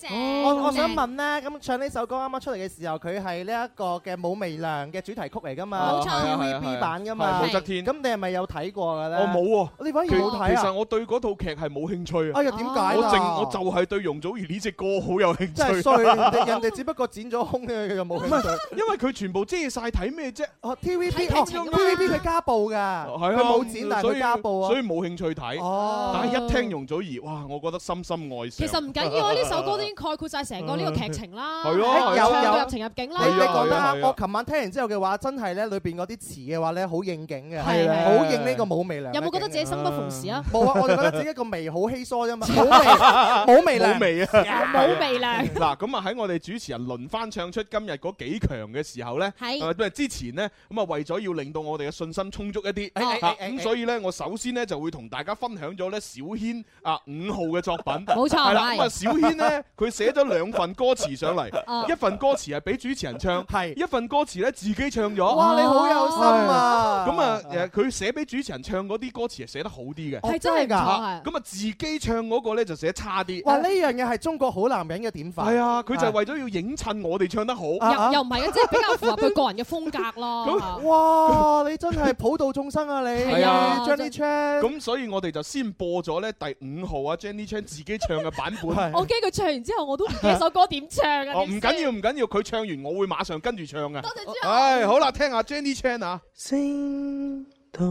S6: 我我
S9: 嗯
S6: 想問咧，咁唱呢首歌啱啱出嚟嘅時候，佢係呢一個嘅《冇微涼》嘅主題曲嚟噶嘛？
S5: 冇錯係啊係啊係
S6: TVB
S5: 啊
S6: 版噶嘛？
S5: 係武則天
S6: 咁你係咪有睇過嘅咧？
S5: 我冇喎，
S6: 你反而
S5: 其
S6: 冇睇啊
S5: 其實我對嗰套劇係冇興趣啊！
S6: 哎呀點解
S5: 我
S6: 啊
S5: 淨我就係對容祖兒呢只歌好有興趣。
S6: 真係衰，人哋人哋只不過剪咗胸嘅，佢就冇興趣。
S5: 因為佢全部遮晒睇咩啫？
S6: 哦，TVB
S5: 睇
S6: 哦
S5: 劇情㗎啊嘛
S6: ，TVB 佢加報㗎，
S5: 係
S6: 佢
S5: 啊，
S6: 冇剪，但係
S5: 所以
S6: 佢加報啊。
S5: 所以冇興趣睇。
S6: 哦
S5: 但係一啊聽容祖兒，哇！我覺得深深愛上。
S9: 其實唔緊要啊，呢首歌都已經概括晒成個呢個劇情啦，
S5: 係咯
S9: 唱
S5: 有
S9: 到
S5: 有
S9: 入情入境啦。
S6: 你你講
S5: 係
S6: 得
S5: 啊係
S6: 啱，
S5: 啊
S6: 我琴晚聽完之後嘅話，真係咧裏邊嗰啲詞嘅話咧，好應景嘅，
S5: 係啊
S6: 好應呢個冇味涼。
S9: 有冇覺得自己生不逢時啊？
S6: 冇啊，我哋覺得自己個味好稀疏 啫嘛，冇味，冇味涼，
S5: 冇味啊，
S9: 冇味量
S5: 嗱，咁啊喺我哋主持人輪番唱出今日嗰幾強嘅時候咧，
S6: 哎
S9: 係
S5: 呃都係之前呢，咁啊為咗要令到我哋嘅信心充足一啲，
S6: 哎哎
S5: 啊
S6: 哎哎
S5: 咁所以咧我首先咧就會同大家分享咗咧小軒啊五號嘅 作品，
S9: 冇錯
S6: 哦
S5: 係啦，
S9: 係
S5: 咁啊小軒咧佢寫咗兩份歌詞上
S9: 哦
S5: 嚟，一份歌詞係俾主持人唱，
S6: 係
S5: 一份歌詞咧自己唱咗，
S6: 哇你好有心啊
S5: 係哦咁啊誒佢寫俾主持人唱嗰啲歌詞係寫得好啲嘅，
S6: 哦係真係㗎
S5: 啊咁啊自己唱嗰個咧就寫差啲，
S6: 哇！呢樣嘢係中國好男人嘅典範。
S5: 係啊，佢就係為咗要影襯我哋唱得好，
S9: 又又唔係嘅，啊即係比較符合佢個人嘅風格咯。啊嚇
S6: 哇！你真係普度眾生啊！你
S5: 係啊
S6: Johnny Chan。
S5: 咁所以我哋就先播咗咧第五號啊 Jenny Chan 自己唱嘅版
S9: 我
S5: 本。
S9: 驚佢唱完之後，我都唔記得首歌點唱啊！
S5: 哦，
S9: 點
S5: 唔
S9: 算
S5: 緊要唔緊要，佢唱完我會馬上跟住唱嘅。多謝朱唉，好啦，聽下 Jenny Chan 啊。
S17: 星道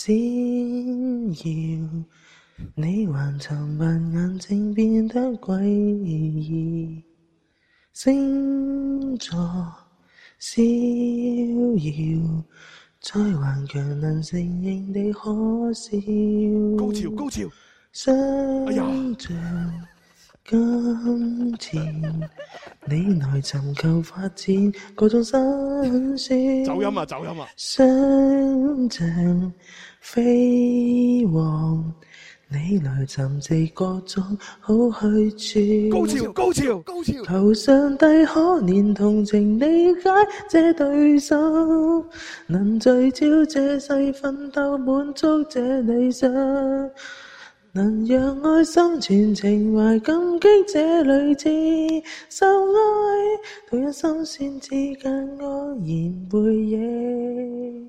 S17: 閃耀，你還沉默眼睛變得詭異。星座逍遙，再頑強能承認你可笑。高潮
S5: 高潮，
S17: 想像金錢。你來尋求發展各種新鮮。
S5: 走音啊走音啊
S17: 想像飛蝗，你來尋藉各種好去處。
S5: 高潮高潮
S6: 高潮
S17: 求上帝可憐同情理解這對手，能聚焦這世奮鬥滿足這理想。能讓愛心全情懷感激這女子受愛，同一心酸之間安然回應。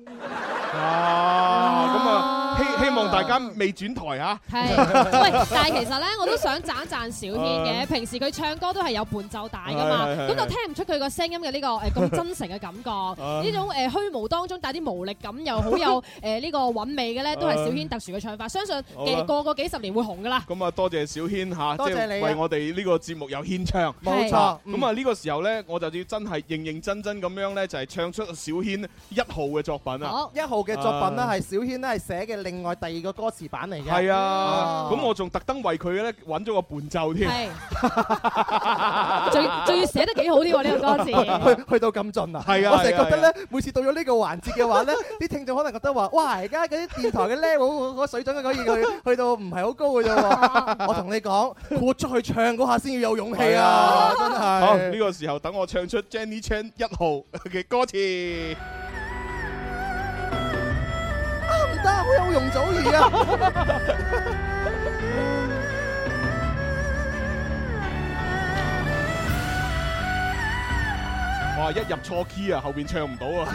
S5: 啊，咁啊，希希望大家未轉台啊。
S9: 係，喂！但係其實咧，我都想讚一讚小軒
S5: 啊
S9: 嘅。平時佢唱歌都係有伴奏帶噶嘛，
S18: 係係係
S9: 咁就聽唔出佢個聲音嘅呢個誒咁真誠嘅感 覺。
S18: 啊
S9: 呢種誒虛無當中帶啲無力感，又好 有誒呢個韻味嘅咧，都係小軒特殊嘅唱法。相信
S5: 啊好啊
S9: 嘅
S5: 啦
S9: 過個幾十年會紅噶啦。
S5: 咁啊，多謝小軒嚇，
S9: 多謝
S5: 即係
S9: 你啊
S5: 為我哋呢個節目有獻唱。
S9: 冇錯
S5: 啊
S9: 嗯
S5: 咁啊，呢個時候咧，我就要真係認認真真咁樣咧，就係唱出小軒一號嘅作品
S9: 哦
S5: 啊。
S6: 一號嘅作品咧
S5: 啊
S6: 係小軒咧係寫嘅另外第二個歌詞版嚟嘅。
S5: 係啊，咁我仲特登為佢咧揾咗個伴奏添。
S9: 係，啊仲仲要寫得幾好啲喎呢個 歌詞。
S6: 去去到咁盡啊！
S5: 係啊
S6: 我成日覺
S5: 係啊
S6: 得咧，每次到咗呢 個環節嘅話咧，啲聽眾可能覺得話：哇！而家嗰啲電台嘅 level 嗰個水準可 以去去到唔係好高嘅啫喎。我同你講，豁出去唱嗰下先要有勇氣啊！真
S5: 好，
S6: 係
S5: 呢。個時候等我唱出 Jenny Chan 一號嘅歌詞。
S6: 啊唔得，好有容祖兒啊！
S5: 哇！一入錯 key 啊，後邊唱唔到啊。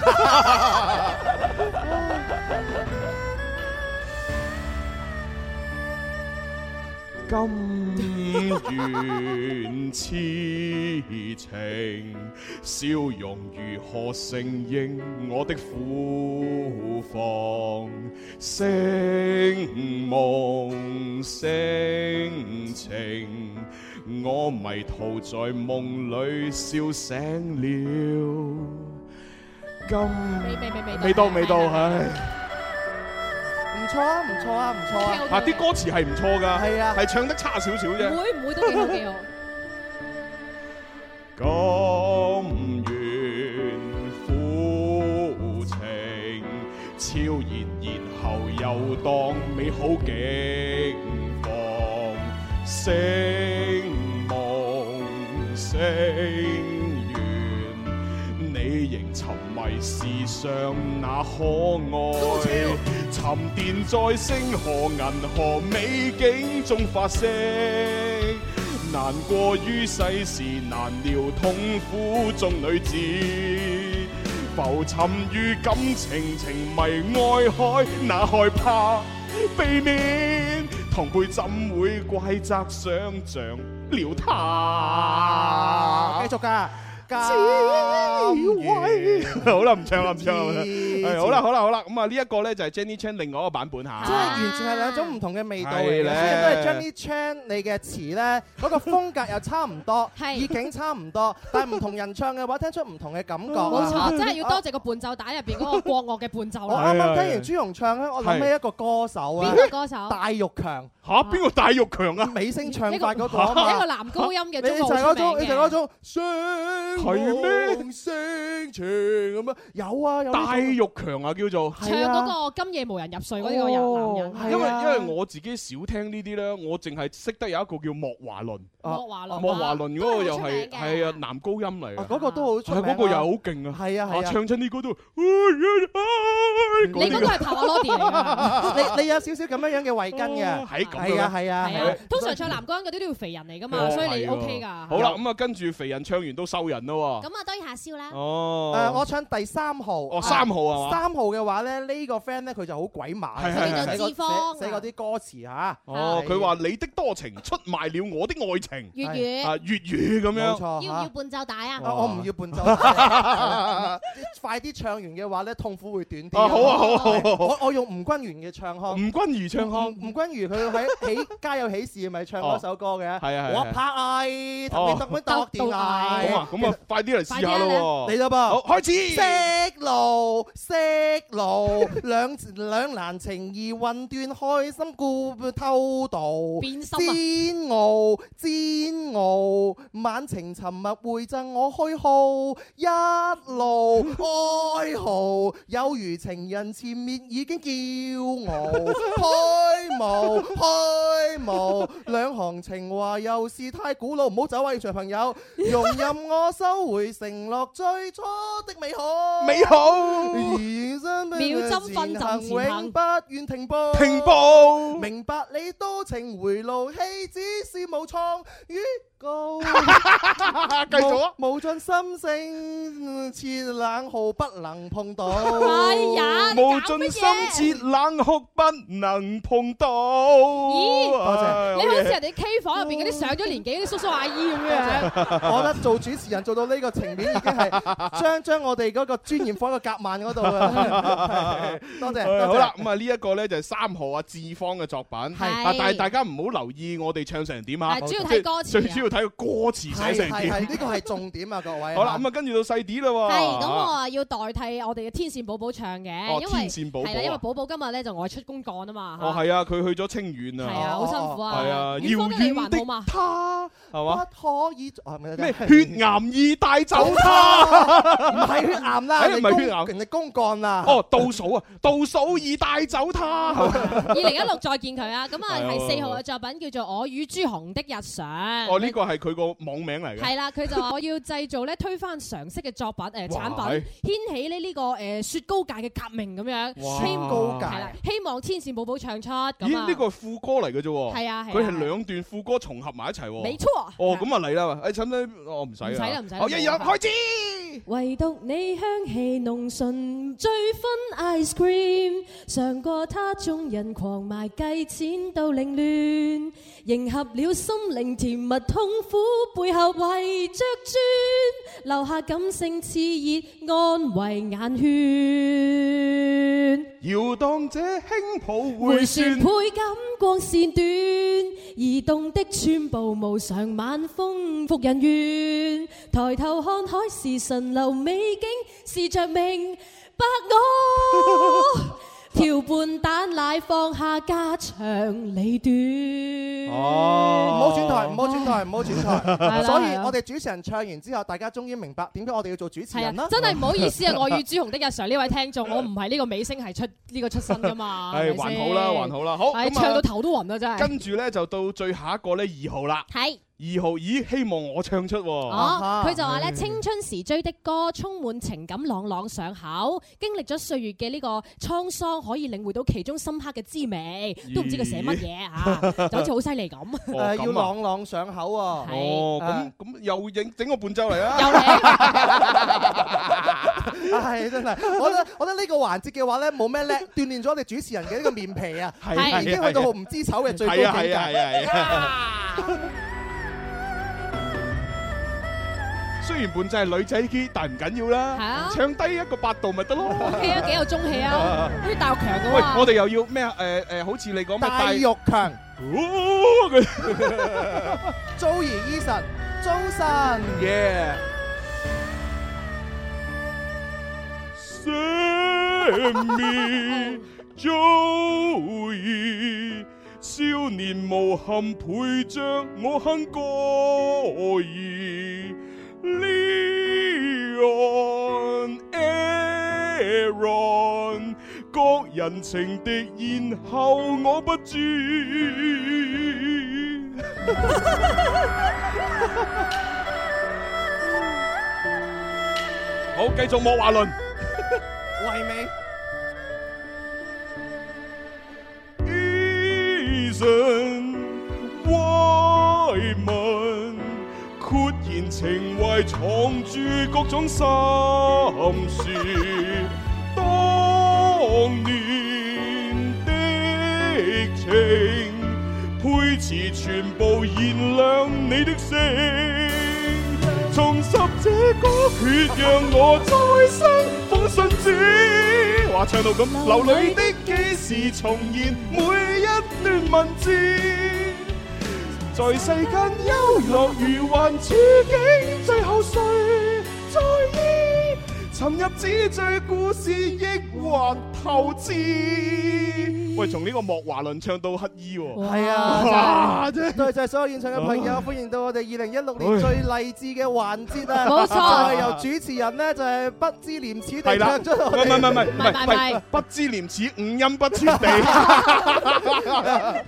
S5: 今緣痴情，笑容如何承認我的苦況？星夢星情，我迷途在夢裏笑醒了。今
S9: 未未
S5: 未到未到，唉。
S6: 唔錯啊，唔錯啊，唔錯啊。
S5: 啊！啲歌詞啊係唔錯㗎，
S6: 係啊
S5: 係唱得差少少啫。
S9: 會唔會都幾好幾好？
S5: 甘願苦情，悄然然後又當美好境況，星夢星圓，你仍沉迷時尚那可愛，沉澱在星河銀河美景中發聲。難過於世事難料，痛苦中女子浮沉於感情情迷愛海，那害怕避免同輩怎會怪責想像了他？
S6: 繼續㗎。
S5: 好啦，唔唱啦，唔唱啦，係好啦，好啦，好啦，咁啊呢一個咧就係 Jenny Chan 另外一個版本嚇。
S6: 即係完全係兩種唔同嘅味道嚟
S5: 啊係
S6: 嘅，
S5: 咧
S6: 所以都係 Jenny Chan 你嘅詞咧，嗰個風格又差唔 多，意境差唔多，但係唔同人唱嘅話，聽出唔同嘅感覺啊。
S9: 冇錯，真係要
S6: 啊
S9: 多謝個伴奏帶入邊嗰個國樂嘅伴奏
S6: 我
S9: 啦。
S6: 啱啱聽完朱容唱咧，我諗起一個歌手啊，
S9: 邊個歌手？
S6: 戴玉 強。
S5: 嚇？邊個戴玉強啊？
S6: 美聲唱法嗰個啊嘛
S9: 一個男高音嘅
S6: 你
S9: 中
S6: 就
S9: 國
S6: 係
S9: 好
S6: 嗰
S9: 出名
S6: 種，你就係嗰種星
S5: 係咩
S6: 夢星情咁啊，有啊有呢種。
S5: 戴玉強啊，叫做
S9: 唱嗰個今夜無人入睡嗰啲個
S6: 哦
S9: 人男人。
S5: 因為因為我自己少聽呢啲咧，我淨係識得有一個叫莫華倫，
S6: 啊
S9: 莫華倫
S5: 啊莫華倫嗰個又
S9: 哦都係好出名
S5: 係
S9: 嘅
S5: 係啊男高音嚟嘅，
S6: 嗰個都好出名
S5: 係
S6: 啊
S5: 嗰個又好勁啊，
S6: 係啊係啊
S5: 唱親啲歌都哎
S6: 你
S5: 你嗰個係
S9: 帕瓦羅蒂嚟㗎
S6: 你你有少少咁樣樣嘅圍巾嘅，
S5: 係哦咁
S6: 係啊係哦啊
S9: 係啊，通常唱男高音嗰啲都要肥人嚟㗎嘛，所以你 OK 㗎。
S5: 好啦，咁啊跟住肥人唱完都收人咯
S9: 咁
S5: 喎。
S9: 啊，當然下燒啦。
S5: 哦
S6: 誒，，我唱第三號。哦
S5: 三號啊係嘛
S6: 三號嘅話咧，呢個 friend 咧佢就好鬼馬，
S5: 係係係
S6: 寫
S5: 係
S6: 個
S5: 志芳
S6: 寫寫嗰啲歌詞嚇。
S5: 哦，
S6: 係
S5: 佢話你的多情出賣了我的 愛情，
S9: 粵語
S5: 啊粵語咁樣，哦
S6: 冇
S9: 要
S6: 錯
S9: 唔要伴奏帶啊？
S6: 啊我唔要伴奏， 啊快啲唱完嘅話咧，痛苦會短啲。
S5: 啊好啊好啊好啊好
S6: 我我用吳君如嘅唱腔。
S5: 吳君如唱腔
S6: 吳吳君如佢喺喜家有喜事咪唱嗰首歌嘅。
S5: 係啊係啊哦
S6: 我怕愛，同你特登度電嗌。
S5: 好啊，咁啊快啲嚟試下咯喎，
S6: 嚟啦噃，
S5: 好開始。
S6: 識路，識路，兩兩難情義混亂，開心故偷渡。
S9: 變心啊
S6: 煎熬，煎熬，晚情沉默回贈我虛耗，一路哀嚎，有如情人前面已經驕傲，開無開無，兩行情話又是太古老，唔好走啊，現場朋友，容任我收回承諾最初的美好，
S5: 美好
S6: 哎餘生不
S9: 秒針分針前行
S6: 永不願停步，
S5: 停步
S6: 明白你多情回路，豈止是無創於 高。
S5: 繼續啊
S6: 無！無盡心聲，嗯似冷酷不能碰到。
S9: 哎呀你搞
S5: 無盡心切，冷酷不能碰到。哎
S9: 咦，
S5: 咦啊
S9: 你好似人哋 K 房入邊嗰啲上咗年紀嗰啲叔叔阿姨咁樣。啊
S6: 我覺得做主持人做到呢個情面已經 係將將我哋嗰個專業放喺個夾萬嗰度啊！多謝，多謝
S5: 哎好啦，，咁啊呢一個咧就係三號啊志芳嘅作品，啊但係大家唔好留意我哋唱成點啊，
S6: 係主要睇
S5: 即係
S6: 歌詞啊
S5: 最主要睇個歌詞寫
S6: 係
S5: 成
S6: 係係呢
S5: 點。
S6: 個係重點啊，各位。
S5: 好啦，咁啊跟住到細啲啦喎。
S9: 係咁，我啊要代替我哋嘅天線寶寶唱嘅，
S5: 哦
S9: 因為
S5: 天線寶寶啊
S9: 係啦，因為寶寶今日咧就我出公幹啊嘛，
S5: 哦係啊，佢去咗清遠啊，
S9: 係啊，好辛苦啊，
S5: 係啊，
S9: 遠方
S5: 遙
S9: 的你
S5: 遠
S9: 還
S5: 的
S9: 好嘛？
S6: 他
S5: 係嘛？
S6: 不可以啊，咩
S5: 咩血癌易帶走他，
S6: 唔係血癌啦，
S5: 哎誒唔係血癌，
S6: 人哋公幹啦。
S5: 哦倒數啊，倒數易帶走他。
S9: 二零一六再見佢啊！咁啊
S5: 係
S9: 係
S5: 哦
S9: 四號嘅作品叫做《我與朱紅的日常》。
S5: 哦，呢個係佢個網名嚟嘅。
S9: 係啊啦，佢就話我要製造咧推翻常識嘅作品誒
S5: 哇
S9: 產
S5: 係
S9: 品，掀起呢呢個誒雪糕界嘅革命咁樣。
S5: 哇
S9: 希望
S5: 雪糕界
S9: 係啦，希望天線寶寶唱出咁
S5: 咦？
S9: 啊
S5: 呢。個係副歌嚟嘅啫喎，
S9: 係啊係啊
S5: 佢係兩段副歌重合埋一齊喎。哦
S9: 冇錯
S5: 哦，咁啊嚟啦，誒，使唔使？我唔使啊。
S9: 唔使啦唔使啦
S5: 好，一樣
S9: 冇辦法
S5: 開始。
S19: 唯獨你香氣濃醇，醉分 ice cream，尝過他眾人狂賣計錢到凌亂，迎合了心靈甜蜜痛苦，背後圍着轉，留下感性熾熱安慰眼圈。
S5: 搖荡者輕抱
S19: 回
S5: 回
S19: 旋
S5: 旋
S19: 配感光線短，移動的寸步無常，晚風覆人願。抬頭看海市蜃樓美景，是着明白 我。調拌蛋奶放下家長里短。
S9: 哦
S5: 哦
S6: 唔好轉台，唔好轉台，唔好轉
S19: 係啦
S6: 台。所以
S19: 係啦
S6: 我哋主持人唱完之後，大家終於明白點解我哋要做主持
S9: 係
S6: 人啦哦
S9: 啊，。真係唔好意思啊！我與朱紅的日常呢位聽眾，我 唔係呢個美聲係出呢個出身噶嘛。
S5: 係
S9: 係咪先
S5: 還好啦還好啦好
S9: 係
S5: 咁啊
S9: 唱到頭都暈啦，真係。
S5: 跟住咧就到最下一個咧二號啦。
S9: 係。
S5: 二號，咦？希望我唱出喎。
S9: 哦，佢就話咧，
S5: 嗯
S9: 青春時追的歌充滿情感，朗朗上口，經歷咗歲月嘅呢個滄桑，可以領會到其中深刻嘅滋味，都唔知佢寫乜嘢嚇，就好似好犀利咁。
S5: 哦咁啊
S6: 誒要朗朗上口喎。
S5: 哦，咁咁又影整個伴奏嚟啊！
S6: 係真係，我覺得我覺得呢個環節嘅話咧，冇咩叻，鍛鍊咗我哋主持人嘅呢個面皮啊，
S5: 係係
S6: 已經去到唔知醜嘅最高
S5: 係啊係
S6: 境
S5: 啊係啊係啊
S6: 界。
S5: 雖然伴奏係女仔 key，但唔緊要
S9: 係啊
S5: 啦，唱低一個八度咪得咯。
S9: O K 啊，幾有中氣啊，好似大陸強咁
S5: 喂，
S9: 啊。
S5: 我哋又要咩啊？誒誒，好似你講咩
S6: 大玉強，
S5: 哦佢
S6: Joey Eason，早晨。
S5: 耶！
S4: Sammy 早已少年無憾陪着我哼歌兒，Leon Aaron 各人情敵，然後我不知。
S5: 好，繼續莫華倫。
S6: 唯美。
S4: Eason 威文，豁然情懷藏住各種心事。當年的情，配詞全部燃亮你的聲。重拾這歌訣，讓我再生封信紙。話唱到咁，流淚的幾時重現每一段文字？在世間優樂如幻處境，最後誰在意？沉入紙醉故事，抑或投資？
S5: 喂，從呢個莫華倫唱到乞衣喎。
S6: 係啊，真係對就係所有現場嘅朋友，歡迎到我哋二零一六年最勵志嘅環節啊！
S5: 冇錯
S6: 就係由主持人咧就係不知廉恥地
S5: 係啦，
S6: 唱
S5: 唔
S6: 出我
S5: 係
S6: 哋
S5: 唔係唔係唔係
S6: 唔
S5: 唔
S6: 係
S5: 係，不知廉恥，五音不全地。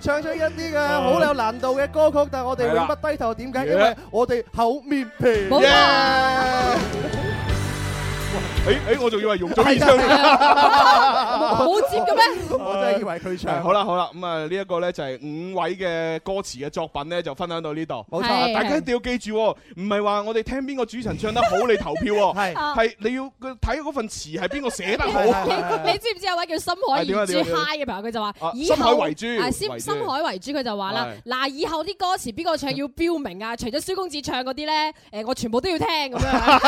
S6: 唱出一啲嘅
S5: 哦
S6: 好有難度嘅歌曲，但係我哋永不低頭。點解？因為我哋厚面皮。
S5: 冇錯
S6: Yeah
S5: 誒誒，我仲以為容祖兒唱。
S6: 係啊冇接嘅咩我真係以為佢唱
S5: 係好啦好啦，咁啊呢一個咧就係五位嘅歌詞嘅作品咧，就分享到呢度。
S6: 冇錯
S5: 啊大家一定要記住喎，唔係話我哋聽邊個主持人唱得好，你投票
S9: 哦
S5: 喎。
S6: 係
S9: 啊
S5: 係你要睇嗰份詞係邊個寫得好。
S9: 你你知唔知有位叫深海
S5: 係點啊
S9: 而
S5: 點啊
S9: 珠
S5: 點啊
S9: high 嘅朋友，佢就話
S5: 啊：
S9: 以
S5: 深海
S9: 後
S5: 為珠
S9: 啊深
S5: 為珠
S9: 深海為珠，佢就話啦：
S5: 係
S9: 嗱，以後啲歌詞邊個唱要標明啊？除咗蕭公子唱嗰啲咧，誒，我全部都要聽咁樣。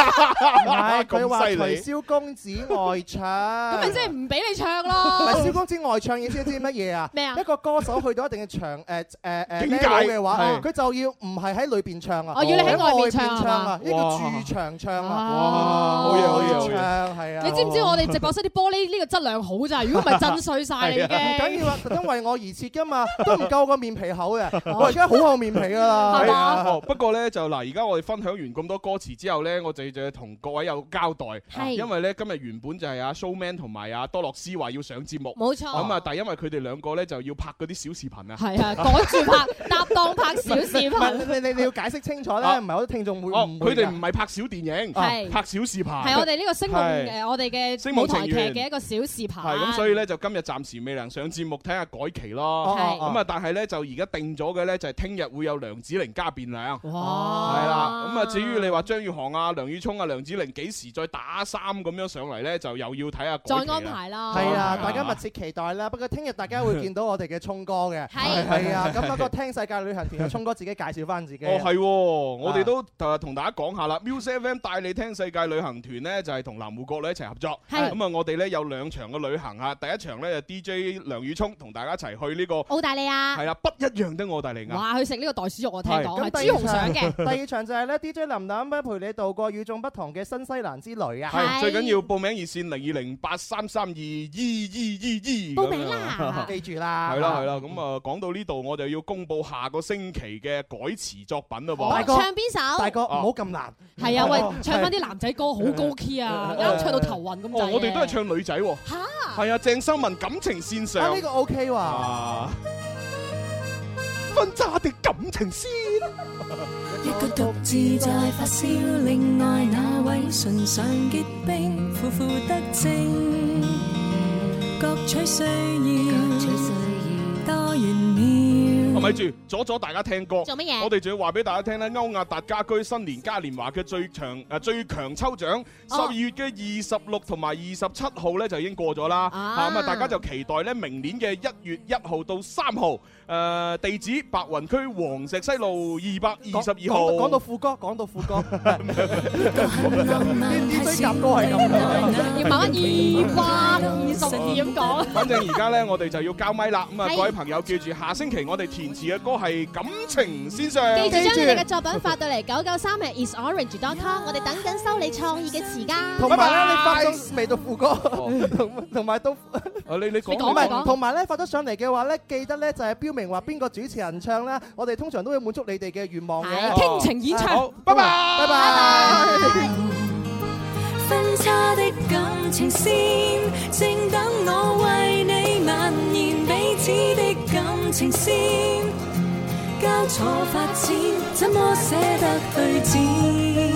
S6: 唔係佢話
S5: 咁犀利
S6: 徐蕭公子外唱，咁
S9: 咪即係唔俾你唱咯
S6: 唔係蕭公子外唱，意思知乜嘢啊？
S9: 咩啊
S6: 一個歌手去到一定嘅場誒誒誒
S5: 境界
S6: level 嘅話，
S5: 係
S6: 佢就要唔係喺裏邊唱啊，
S9: 哦要你喺外邊唱啊哦
S6: 喺啊，呢個叫
S5: 哇
S6: 駐場唱啊。
S5: 哇好嘢好嘢好嘢
S6: 唱係啊！
S9: 你知唔知我哋直播室啲玻璃呢個質量好咋？如果唔係震碎晒你
S6: 唔緊
S9: 嘅。
S6: 要啊，特登為我而設噶嘛， 都唔夠個面皮厚嘅，我而家好厚面皮㗎啦。
S5: 哦係啊哦，不過咧就嗱，而家我哋分享完咁多歌詞之後咧，我哋就要同各位有交代，
S6: 係
S5: 因為咧今日原本就係阿 Showman 同埋阿多樂斯話要上節目，
S9: 冇錯
S5: 咁啊，但係因為佢哋兩個咧就要拍嗰啲小視頻啊，
S9: 係啊，趕住 拍搭檔拍小視頻。
S6: 你你你要解釋清楚咧，唔係好多聽眾會
S5: 啊哦，
S6: 誤
S5: 佢
S6: 會㗎
S5: 哋唔啊係拍小電影，
S9: 係
S5: 拍小視頻，
S9: 係我哋呢個星夢
S5: 係
S9: 誒，我哋
S5: 星
S9: 嘅
S5: 夢
S9: 舞台
S5: 情
S9: 劇
S5: 緣
S9: 嘅一個小視頻。
S5: 係咁，所以咧就今日暫時未能上節目，睇下改期咯。
S9: 係
S5: 咁啊，但係咧就而家定咗嘅咧就係聽日會有梁子玲加變量。
S9: 哇！
S5: 係啦，咁啊至於你話張宇航啊、梁宇聰啊、梁子玲幾時再打三咁樣上嚟咧，就又要睇下改期
S9: 再安排
S5: 哦
S9: 啦
S6: 係啊，大家密切期待啦。不過聽日大家會見到我哋嘅聰哥嘅，
S5: 係
S6: 係啊。咁不過聽世界旅行團嘅聰哥自己介紹翻自己。啊
S5: 哦，係喎，我哋都誒同大家講下啦。Music FM 帶你聽世界旅行團呢，就係同南湖國咧一齊合作。
S9: 係
S5: 咁啊，我哋呢有兩場嘅旅行啊，第一場呢，就 DJ 梁宇聰同大家一齊去呢個
S9: 澳大利亞
S5: 係啦，不一樣的澳大利亞。
S9: 啊哇！去食呢個袋鼠肉，我聽
S5: 係
S9: 講係朱
S6: 咁第二
S9: 紅上
S6: 場
S9: 嘅。
S6: 第二場就係咧 DJ 林林咧陪你度過與眾不同嘅新西蘭之旅啊！
S5: 係最緊要報名熱線零二零八三三二二二二二
S6: 報名啦記住啦
S5: 係啦係啦，咁啊講到呢度，我就要公佈下個星期嘅改詞作品嘞噃。哦
S9: 大哥唱邊首大哥唔好
S6: 咁難。
S9: 係啊，喂，唱翻啲男仔歌好高 key 啊，啱唱到頭暈咁滯啊
S5: 哦，
S9: 嘅。
S5: 我哋都係唱女仔喎。嚇！係啊，鄭秀文感情線上。
S6: 啊呢個 OK 喎。
S5: 啊！
S6: 分渣的感情先。
S16: 一個獨自在發燒，另外那位唇上結冰，苦苦得正，各取需要，多元妙。
S5: 啊咪住，阻阻大家聽歌。
S16: 做乜嘢
S5: 我哋仲要話俾大家聽咧，歐亞達家居新年嘉年華嘅最長誒最強抽獎，十
S18: 哦
S5: 二月嘅二十六同埋二十七號咧就已經過咗啦。
S18: 啊
S5: 啊咁啊，大家就期待咧明年嘅一月一號到三號，誒地址白雲區黃石西路二百二十二號。
S6: 講講到副歌，講到副歌，
S16: 啲
S6: 追夾歌係咁。
S9: 要慢慢二百二十二咁講。
S5: 反正而家咧，我哋就要交咪啦。咁啊，
S9: 係
S5: 各位朋友記住，下星期我哋填詞嘅歌係《感情先上》。
S9: 記住將你哋嘅作品發到嚟九九三係 isorange.com，我哋等緊收你創意嘅詞㗎。
S6: 同埋咧，你發咗未到副歌， 同同埋到
S5: 哦啊，你你講
S6: 唔係，同埋咧發咗上嚟嘅話咧，記得咧就係標明話邊個主持人唱啦。我哋通常都會滿足你哋嘅願望嘅。
S16: 係傾情演唱
S6: 啊好拜拜，拜拜。
S16: 分差的感情線，正等我為你蔓延彼此的感情線，交錯發展，怎麼捨得對戰？